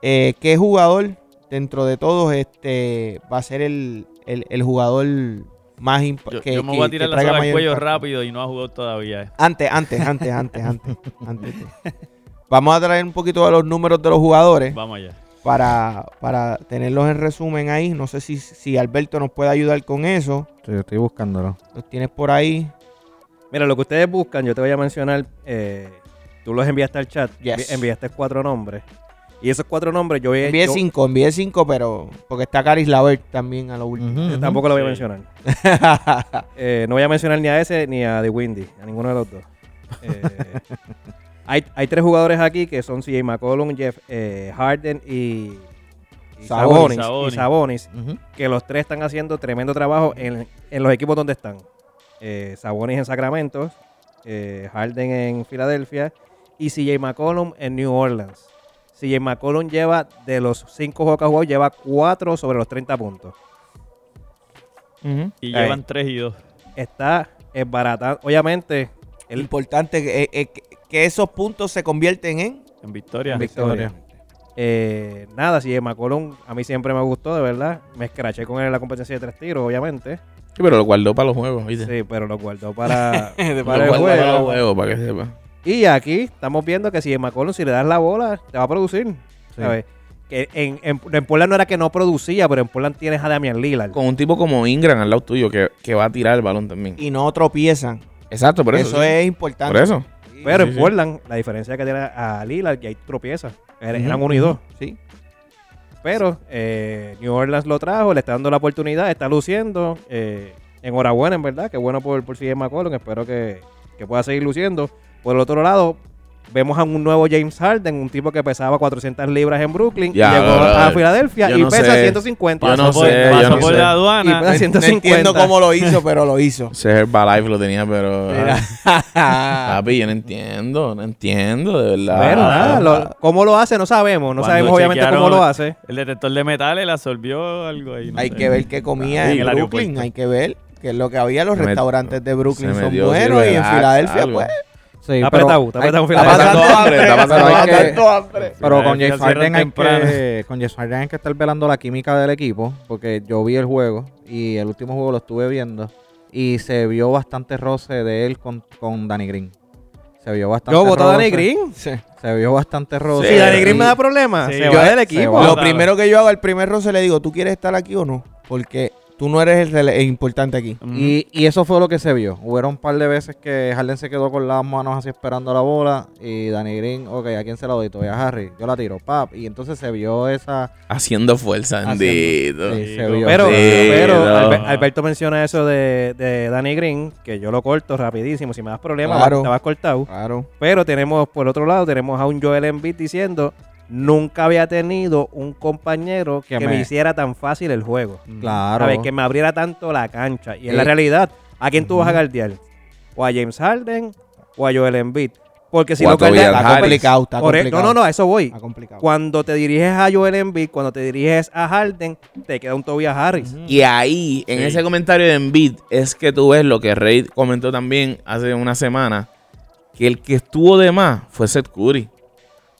Speaker 1: Eh, ¿Qué jugador dentro de todos este, va a ser el, el- el jugador más
Speaker 5: Yo,
Speaker 1: importante?
Speaker 5: yo me voy a tirar la soga al cuello rápido y no ha jugado todavía. eh.
Speaker 1: Antes, antes, antes, antes, antes, antes. Vamos a traer un poquito de los números de los jugadores
Speaker 5: Vamos allá.
Speaker 1: para, para tenerlos en resumen ahí. No sé si, si Alberto nos puede ayudar con eso.
Speaker 4: Sí, estoy buscándolo.
Speaker 1: Los tienes por ahí.
Speaker 2: tema? Mira, lo que ustedes buscan, yo te voy a mencionar, eh, tú los enviaste al chat,
Speaker 1: Yes.
Speaker 2: envi- enviaste cuatro nombres. Y esos cuatro nombres yo, he-
Speaker 1: Envié
Speaker 2: yo
Speaker 1: 5, envié 5, pero. Porque está Caris Lavert también a lo último.
Speaker 2: eh,
Speaker 4: Ujú,
Speaker 2: tampoco lo voy a
Speaker 5: Sí.
Speaker 2: mencionar. Eh, no voy a mencionar ni a ese ni a The Windy, a ninguno de los dos. Eh, (laughs) hay, hay tres jugadores aquí que son CJ McCollum, Jeff eh, Harden y, y
Speaker 1: Sabonis.
Speaker 2: Sabonis, y
Speaker 5: Sabonis.
Speaker 2: Sabonis,
Speaker 4: ujú.
Speaker 2: que los tres están haciendo tremendo trabajo en, en los equipos donde están. Eh, Sabonis en Sacramento, eh, Harden en Filadelfia y CJ McCollum en New Orleans. CJ McCollum lleva, de los cinco juegos que ha jugado, lleva cuatro sobre los 30 puntos.
Speaker 5: Y
Speaker 2: Ahí.
Speaker 5: llevan 3 y 2.
Speaker 2: Está esbaratando. Obviamente,
Speaker 1: El
Speaker 2: el,
Speaker 1: importante que- eh, eh, que- que esos puntos se convierten en.
Speaker 5: En victoria.
Speaker 2: Victoria. Eh, nada, si McCollum a mí siempre me gustó, de verdad. Me escraché con él en la competencia de tres tiros, obviamente.
Speaker 3: Sí, pero lo guardó para los juegos, ¿viste?
Speaker 2: Sí, pero lo guardó para,
Speaker 1: (laughs) De
Speaker 3: Lo
Speaker 2: para el
Speaker 3: guardó para los
Speaker 2: juego.
Speaker 3: juegos, para que sepa.
Speaker 2: Y aquí estamos viendo que si McCollum, si le das la bola, te va a producir. ¿sabes? Que en, en, en Portland no era que no producía, pero en Portland tienes a Damian Lillard.
Speaker 3: Con un tipo como Ingram al lado tuyo que, que va a tirar el balón también.
Speaker 1: Y no tropiezan.
Speaker 3: Exacto, por eso.
Speaker 1: eso
Speaker 3: sí.
Speaker 1: es
Speaker 3: Por
Speaker 1: importante.
Speaker 3: eso.
Speaker 2: pero
Speaker 3: sí,
Speaker 2: en
Speaker 3: sí.
Speaker 2: Portland, la diferencia que tiene a Lillard, que ahí tropieza. Era-
Speaker 1: Ujú,
Speaker 2: Eran uno y dos.
Speaker 1: Sí.
Speaker 2: Pero eh, New Orleans lo trajo, le está dando la oportunidad, está luciendo. eh, enhorabuena, en verdad. Qué bueno por, por CJ McCollum. Espero que, que pueda seguir luciendo. Por el otro lado, vemos a un nuevo James Harden, un tipo que pesaba 400 libras en Brooklyn.
Speaker 3: Ya,
Speaker 2: llegó
Speaker 3: bro,
Speaker 2: a
Speaker 3: bro,
Speaker 2: Filadelfia
Speaker 3: yo
Speaker 2: y
Speaker 3: no
Speaker 2: pesa
Speaker 3: sé.
Speaker 2: 150.
Speaker 3: Yo no
Speaker 5: Pasó por-
Speaker 3: sé, yo
Speaker 5: pasó
Speaker 3: no sé.
Speaker 5: por la
Speaker 2: Y
Speaker 5: aduana.
Speaker 2: pesa
Speaker 1: No
Speaker 2: 150.
Speaker 1: entiendo cómo lo hizo, pero lo hizo.
Speaker 3: Ese es Herbalife lo tenía, pero. ah,
Speaker 1: Mira. (laughs) Ah,
Speaker 3: Papi, yo no entiendo, no entiendo, de verdad.
Speaker 2: Pero nada, lo- cómo lo hace no sabemos. No
Speaker 5: Cuando
Speaker 2: sabemos obviamente cómo
Speaker 5: chequearon-
Speaker 2: lo hace.
Speaker 5: El detector de metales le absorbió algo ahí. no
Speaker 1: hay
Speaker 5: sé.
Speaker 1: que ver qué comía
Speaker 5: Ah,
Speaker 1: en
Speaker 5: en el
Speaker 1: Brooklyn.
Speaker 5: aeropuerto.
Speaker 1: Hay que ver que lo que había los
Speaker 3: Se me-
Speaker 1: restaurantes de Brooklyn
Speaker 3: se me
Speaker 1: son
Speaker 3: dio
Speaker 1: buenos y en
Speaker 3: Circle
Speaker 1: Filadelfia,
Speaker 3: algo.
Speaker 1: pues.
Speaker 4: Sí,
Speaker 2: Está
Speaker 4: pero,
Speaker 2: apretado, está apretado
Speaker 1: Está pasando
Speaker 3: pasando
Speaker 1: hambre,
Speaker 3: hambre,
Speaker 1: está
Speaker 3: está
Speaker 1: pasando
Speaker 4: pasando
Speaker 1: hambre. hambre.
Speaker 4: pero con
Speaker 5: Filadelfia
Speaker 4: James Harden
Speaker 5: cierran
Speaker 4: hay que,
Speaker 5: temprano.
Speaker 4: con James Harden hay que estar velando la química del equipo, porque yo vi el juego y el último juego lo estuve viendo y se vio bastante roce de él con, con Danny Green. Se vio bastante
Speaker 2: Yo voto a Danny
Speaker 4: roce,
Speaker 2: Green.
Speaker 4: Se vio bastante roce.
Speaker 3: Sí,
Speaker 2: Si Danny Green
Speaker 4: Y-
Speaker 2: me da problemas,
Speaker 5: Sí,
Speaker 2: se
Speaker 5: yo-
Speaker 2: va del
Speaker 4: se
Speaker 2: equipo.
Speaker 4: va.
Speaker 1: Lo
Speaker 5: Otra vez.
Speaker 1: primero que yo hago al primer roce le digo, ¿tú quieres estar aquí o no? Porque tú no eres el, rele- el importante aquí.
Speaker 5: Ujú.
Speaker 4: Y, y eso fue lo que se vio. Hubieron un par de veces que Harden se quedó con las manos así esperando la bola y Danny Green, ok, ¿a quién se la doy? Te voy a Harry, yo la tiro, pap. Y entonces se vio esa...
Speaker 3: Haciendo fuerza,
Speaker 4: Haciendo-
Speaker 3: bendito.
Speaker 4: Sí, se
Speaker 5: Chico,
Speaker 4: vio.
Speaker 2: Pero,
Speaker 3: Sí,
Speaker 2: pero
Speaker 3: no.
Speaker 2: Albe- Alberto menciona eso de, de Danny Green, que yo lo corto rapidísimo. Si me das problemas,
Speaker 1: Claro.
Speaker 2: va- te vas cortado.
Speaker 1: Claro.
Speaker 2: Pero tenemos, por otro lado, tenemos a un Joel Embiid diciendo, nunca había tenido un compañero que,
Speaker 4: Que
Speaker 2: me
Speaker 4: me-
Speaker 2: hiciera tan fácil el juego.
Speaker 4: Claro.
Speaker 2: ¿Sabes? Que me abriera tanto la cancha. Y en la
Speaker 4: Eh.
Speaker 2: realidad, ¿a quién tú vas a guardiar? ¿O a James Harden o a Joel Embiid? Porque si
Speaker 3: O a
Speaker 2: lo guardias...
Speaker 3: Tobias
Speaker 1: Está
Speaker 3: Harris.
Speaker 1: complicado, está
Speaker 2: Por e-
Speaker 1: complicado.
Speaker 2: No, no, no, a eso voy.
Speaker 1: Está complicado.
Speaker 2: Cuando te diriges a Joel Embiid, cuando te diriges a Harden, te queda un Tobias Harris.
Speaker 3: Y ahí, en
Speaker 5: Sí.
Speaker 3: ese comentario de Embiid, es que tú ves lo que Rey comentó también hace una semana, que el que estuvo de más fue Seth Curry.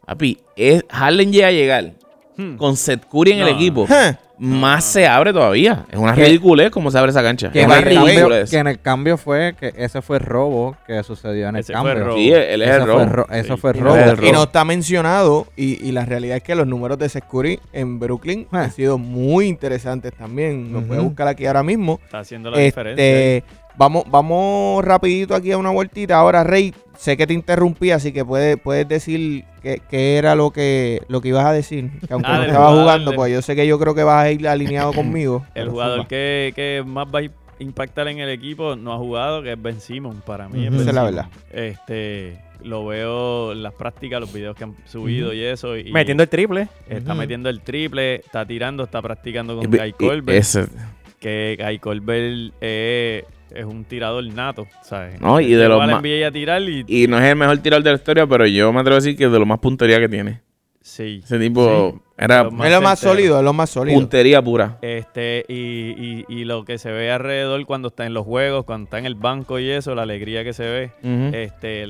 Speaker 3: Papi, es, Harden llega a llegar
Speaker 5: Hmm.
Speaker 3: con Seth Curry en el
Speaker 5: No.
Speaker 1: (laughs)
Speaker 3: equipo.
Speaker 1: Huh.
Speaker 3: Más se abre todavía. Es una
Speaker 4: Que-
Speaker 3: ridiculez cómo se abre esa cancha.
Speaker 4: Que
Speaker 3: Es
Speaker 4: en,
Speaker 3: una
Speaker 4: el cambio,
Speaker 3: ridiculez.
Speaker 4: que en el cambio fue que ese fue el robo que sucedió en el
Speaker 5: Ese fue
Speaker 4: cambio.
Speaker 5: el robo.
Speaker 3: Sí, él es
Speaker 4: Ese
Speaker 3: el
Speaker 4: fue
Speaker 3: robo.
Speaker 4: ro- Eso
Speaker 5: Sí.
Speaker 4: fue el
Speaker 1: Y
Speaker 4: robo.
Speaker 3: Era el
Speaker 1: no,
Speaker 3: robo.
Speaker 1: y no está mencionado, y, y la realidad es que los números de Securi en Brooklyn han sido muy interesantes también. Lo puedes
Speaker 4: Ujú.
Speaker 1: buscar aquí ahora mismo.
Speaker 5: Está haciendo la diferencia.
Speaker 1: Este, vamos, vamos rapidito aquí a una vueltita. Ahora, Rey, sé que te interrumpí, así que puedes, puedes decir qué, qué era lo que, lo que ibas a decir. Que aunque
Speaker 5: Ah,
Speaker 1: no
Speaker 5: del
Speaker 1: estabas
Speaker 5: jugador
Speaker 1: jugando,
Speaker 5: de-
Speaker 1: pues yo sé que yo creo que vas a ir alineado conmigo.
Speaker 5: El
Speaker 1: Pero
Speaker 5: jugador
Speaker 1: zumba.
Speaker 5: que, que más va a impactar en el equipo no ha jugado, que es Ben Simon para mí.
Speaker 4: Ujú.
Speaker 5: Ben
Speaker 1: Esa es la
Speaker 5: Simmons.
Speaker 1: verdad.
Speaker 5: Este, lo veo en las prácticas, los videos que han subido y eso. Y
Speaker 2: Metiendo el triple.
Speaker 5: Está
Speaker 4: Ujú.
Speaker 5: metiendo el triple, está tirando, está practicando con
Speaker 3: Y-
Speaker 5: Kai
Speaker 3: y-
Speaker 5: Colbert.
Speaker 3: ese-
Speaker 5: Que Kai Colbert eh, es un tirador nato, ¿sabes?
Speaker 3: No, y de
Speaker 5: Llegó
Speaker 3: los
Speaker 5: a la
Speaker 3: más-
Speaker 5: NBA a tirar y...
Speaker 3: Y no es el mejor tirador de la historia, pero yo me atrevo a decir que es de lo más puntería que tiene.
Speaker 5: Sí.
Speaker 3: Ese tipo era
Speaker 5: Lo más-
Speaker 1: Es lo más
Speaker 5: certero.
Speaker 1: sólido, es lo más sólido.
Speaker 3: puntería pura.
Speaker 5: Este, y, y- y lo que se ve alrededor cuando está en los juegos, cuando está en el banco y eso, la alegría que se ve.
Speaker 3: Ujú.
Speaker 5: Este,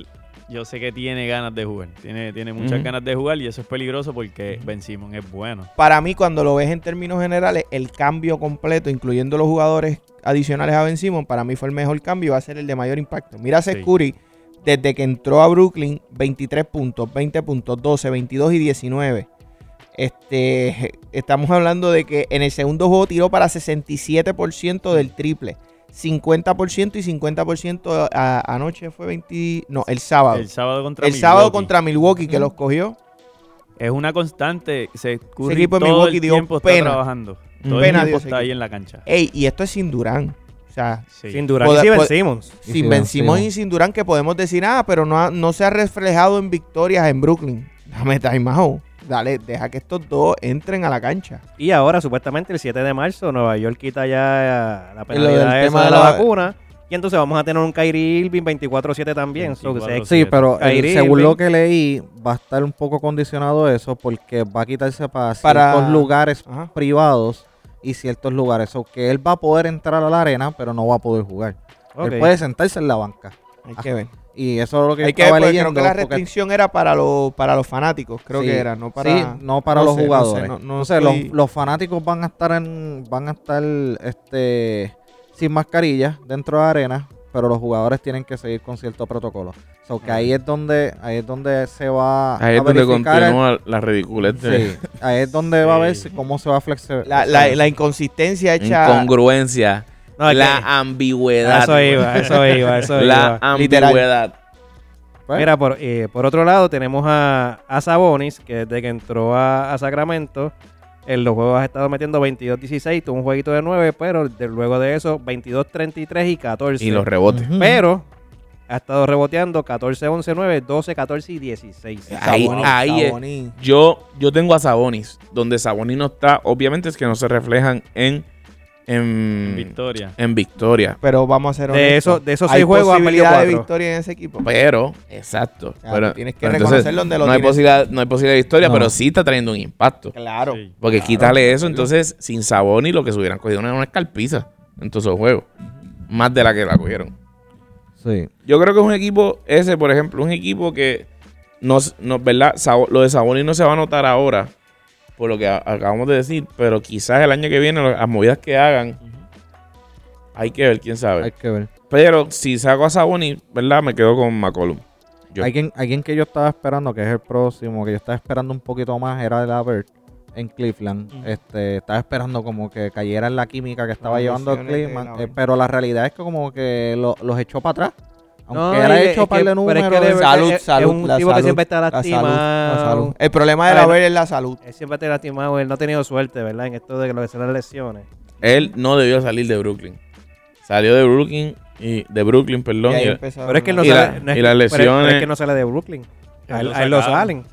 Speaker 5: yo sé que tiene ganas de jugar. Tiene, tiene muchas
Speaker 3: Ujú.
Speaker 5: ganas de jugar y eso es peligroso porque Ben Simon es bueno.
Speaker 1: para mí, cuando lo ves en términos generales, el cambio completo, incluyendo los jugadores adicionales a Ben Simon, para mí fue el mejor cambio y va a ser el de mayor impacto. Mira a Seth
Speaker 5: Sí.
Speaker 1: Curry, desde que entró a Brooklyn, 23 puntos, 20 puntos, 12, 22 y 19. Este, estamos hablando de que en el segundo juego tiró para 67% del triple. 50% y 50% a- anoche fue 20... No, el sábado.
Speaker 5: El sábado contra
Speaker 1: El sábado
Speaker 5: Milwaukee.
Speaker 1: contra Milwaukee que los cogió.
Speaker 5: es una constante. Se Curry
Speaker 1: equipo de
Speaker 5: todo
Speaker 1: Milwaukee
Speaker 5: el
Speaker 1: dio
Speaker 5: tiempo
Speaker 1: pena.
Speaker 5: está trabajando.
Speaker 1: Pena
Speaker 5: Todo el
Speaker 1: dio
Speaker 5: tiempo
Speaker 1: ese
Speaker 5: está ahí
Speaker 1: equipo. Eh,
Speaker 5: en la cancha.
Speaker 1: Ey, y esto es sin Durán. O sea,
Speaker 5: Sí.
Speaker 2: Sin Durán
Speaker 1: Poder-
Speaker 2: y Ben
Speaker 1: poder-
Speaker 2: Simmons.
Speaker 4: Y
Speaker 1: sin
Speaker 4: sin
Speaker 1: Ben
Speaker 4: Ben
Speaker 1: Simmons y
Speaker 4: Simmons.
Speaker 1: sin Durán que podemos decir, ah, pero no, ha- no se ha reflejado en victorias en Brooklyn. (laughs) Dame time out. Dale, deja que estos dos entren a la cancha.
Speaker 2: Y ahora, supuestamente, el 7 de marzo, Nueva York quita ya la
Speaker 1: del
Speaker 2: penalidad esa
Speaker 1: tema
Speaker 2: de
Speaker 1: de
Speaker 2: la,
Speaker 1: la-
Speaker 2: vacuna. Y entonces vamos a tener un Kyrie Irving 24-7 también. so que se
Speaker 5: 24/7.
Speaker 4: Sí, pero el-
Speaker 2: Kyrie
Speaker 4: según
Speaker 2: Irving.
Speaker 4: lo que leí, va a estar un poco condicionado eso porque va a quitarse para,
Speaker 1: Para-
Speaker 4: ciertos lugares
Speaker 1: Ajá.
Speaker 4: privados y ciertos lugares. O que él va a poder entrar a la arena, pero no va a poder jugar.
Speaker 2: Ok.
Speaker 4: Él puede sentarse en la banca.
Speaker 1: Hay
Speaker 2: Ah,
Speaker 1: que ver.
Speaker 4: Y eso es lo que
Speaker 1: Hay que ver,
Speaker 4: estaba
Speaker 1: porque
Speaker 4: leyendo.
Speaker 1: creo que la
Speaker 4: porque-
Speaker 1: restricción era para, los para los fanáticos, creo
Speaker 4: Sí,
Speaker 1: que era, no para...
Speaker 4: sí, no para
Speaker 1: no
Speaker 4: los
Speaker 1: sé, no sé,
Speaker 4: jugadores.
Speaker 1: no- no
Speaker 4: Entonces,
Speaker 1: estoy-
Speaker 4: los, los fanáticos van a estar en, van a estar este sin mascarilla dentro de la arena, pero los jugadores tienen que seguir con cierto protocolo. O sea, que ahí es donde ahí es donde se va
Speaker 3: Ahí
Speaker 4: a
Speaker 3: es donde
Speaker 4: verificar el-
Speaker 3: continúa la ridiculez de
Speaker 4: (laughs) sí, ahí es donde va a ver
Speaker 5: Sí.
Speaker 4: si- cómo se va a flexionar.
Speaker 1: La, la- la inconsistencia hecha...
Speaker 3: incongruencia,
Speaker 2: No, es
Speaker 3: la
Speaker 2: que-
Speaker 3: ambigüedad.
Speaker 2: Eso iba, eso iba, eso
Speaker 3: La
Speaker 2: iba.
Speaker 1: Literal.
Speaker 3: ambigüedad.
Speaker 4: Pues,
Speaker 2: Mira, por, eh, por otro lado tenemos a, a Sabonis, que desde que entró a, a Sacramento, en los juegos ha estado metiendo 22-16, tuvo un jueguito de 9, pero de- luego de eso 22-33 y 14.
Speaker 3: Y los rebotes.
Speaker 4: Ujú.
Speaker 2: pero ha estado reboteando 14-11-9, 12-14 y 16.
Speaker 3: Ah. ahí-
Speaker 1: Sabonis,
Speaker 3: ahí es.
Speaker 1: Sabonis.
Speaker 3: Yo, yo tengo a Sabonis. Donde Sabonis no está, obviamente es que no se reflejan en, en, en victoria.
Speaker 5: Victoria.
Speaker 1: Pero vamos a ser
Speaker 2: De,
Speaker 1: honestos.
Speaker 2: eso, de esos
Speaker 1: Hay
Speaker 2: 6 juegos ha perdido
Speaker 1: posibilidad de
Speaker 2: 4.
Speaker 1: victoria en ese equipo.
Speaker 3: Pero, exacto.
Speaker 1: sea,
Speaker 3: pero,
Speaker 1: tú tienes que
Speaker 3: pero entonces,
Speaker 1: reconocer donde lo
Speaker 3: no hay
Speaker 1: tienes.
Speaker 3: posibilidad, No hay posibilidad de victoria,
Speaker 4: No.
Speaker 3: pero sí está trayendo un impacto.
Speaker 1: Claro.
Speaker 5: Sí.
Speaker 3: Porque quítale eso, entonces sin Sabonis lo que se hubieran cogido era una escalpiza en todos esos juegos. Más de la que la cogieron.
Speaker 4: sí.
Speaker 3: Yo creo que es un equipo, ese por ejemplo, un equipo que no, no- ¿verdad? Sabo- lo de Sabonis no se va a notar ahora, por lo que a- acabamos de decir, pero quizás el año que viene lo- las movidas que hagan, hay que ver, quién
Speaker 4: Hay
Speaker 3: sabe.
Speaker 4: que ver.
Speaker 3: Pero si saco a Sabonis, ¿verdad? Me quedo con McCollum. Yo.
Speaker 4: Alguien, alguien que yo estaba esperando, que es el próximo, que yo estaba esperando un poquito más, era el Albert en Cleveland.
Speaker 5: Ujú.
Speaker 4: Este, estaba esperando como que cayera en la química que estaba
Speaker 1: Las
Speaker 4: llevando
Speaker 1: lesiones de
Speaker 4: Cleveland,
Speaker 1: Lavert.
Speaker 4: eh, pero la realidad es que como que lo- los echó para atrás.
Speaker 2: No,
Speaker 4: Aunque era
Speaker 2: y
Speaker 4: hecho
Speaker 2: es
Speaker 4: para
Speaker 2: que- pero
Speaker 4: el
Speaker 2: es
Speaker 4: número.
Speaker 2: que
Speaker 4: de-
Speaker 2: debe-
Speaker 1: Salud,
Speaker 2: es- es
Speaker 1: salud,
Speaker 2: un
Speaker 1: la
Speaker 2: tipo que
Speaker 1: salud,
Speaker 2: siempre está
Speaker 1: La
Speaker 2: lastimado.
Speaker 1: salud, la salud. El problema de
Speaker 2: A ver,
Speaker 1: la ver es la salud.
Speaker 2: Él siempre está lastimado, él no ha tenido suerte, ¿verdad? En esto de que lo que son las lesiones.
Speaker 3: Él no debió salir de Brooklyn. Salió de Brooklyn y de Brooklyn, perdón.
Speaker 1: Y ahí
Speaker 3: y-
Speaker 1: empezaron
Speaker 2: Pero es que él no
Speaker 3: Y
Speaker 1: a-
Speaker 2: sale,
Speaker 3: la-
Speaker 2: no es
Speaker 3: y
Speaker 2: que-
Speaker 3: las
Speaker 2: pero es- pero
Speaker 3: lesiones.
Speaker 2: es que no sale de Brooklyn. A él,
Speaker 5: Lo
Speaker 2: a él lo
Speaker 5: sacaron.
Speaker 2: salen.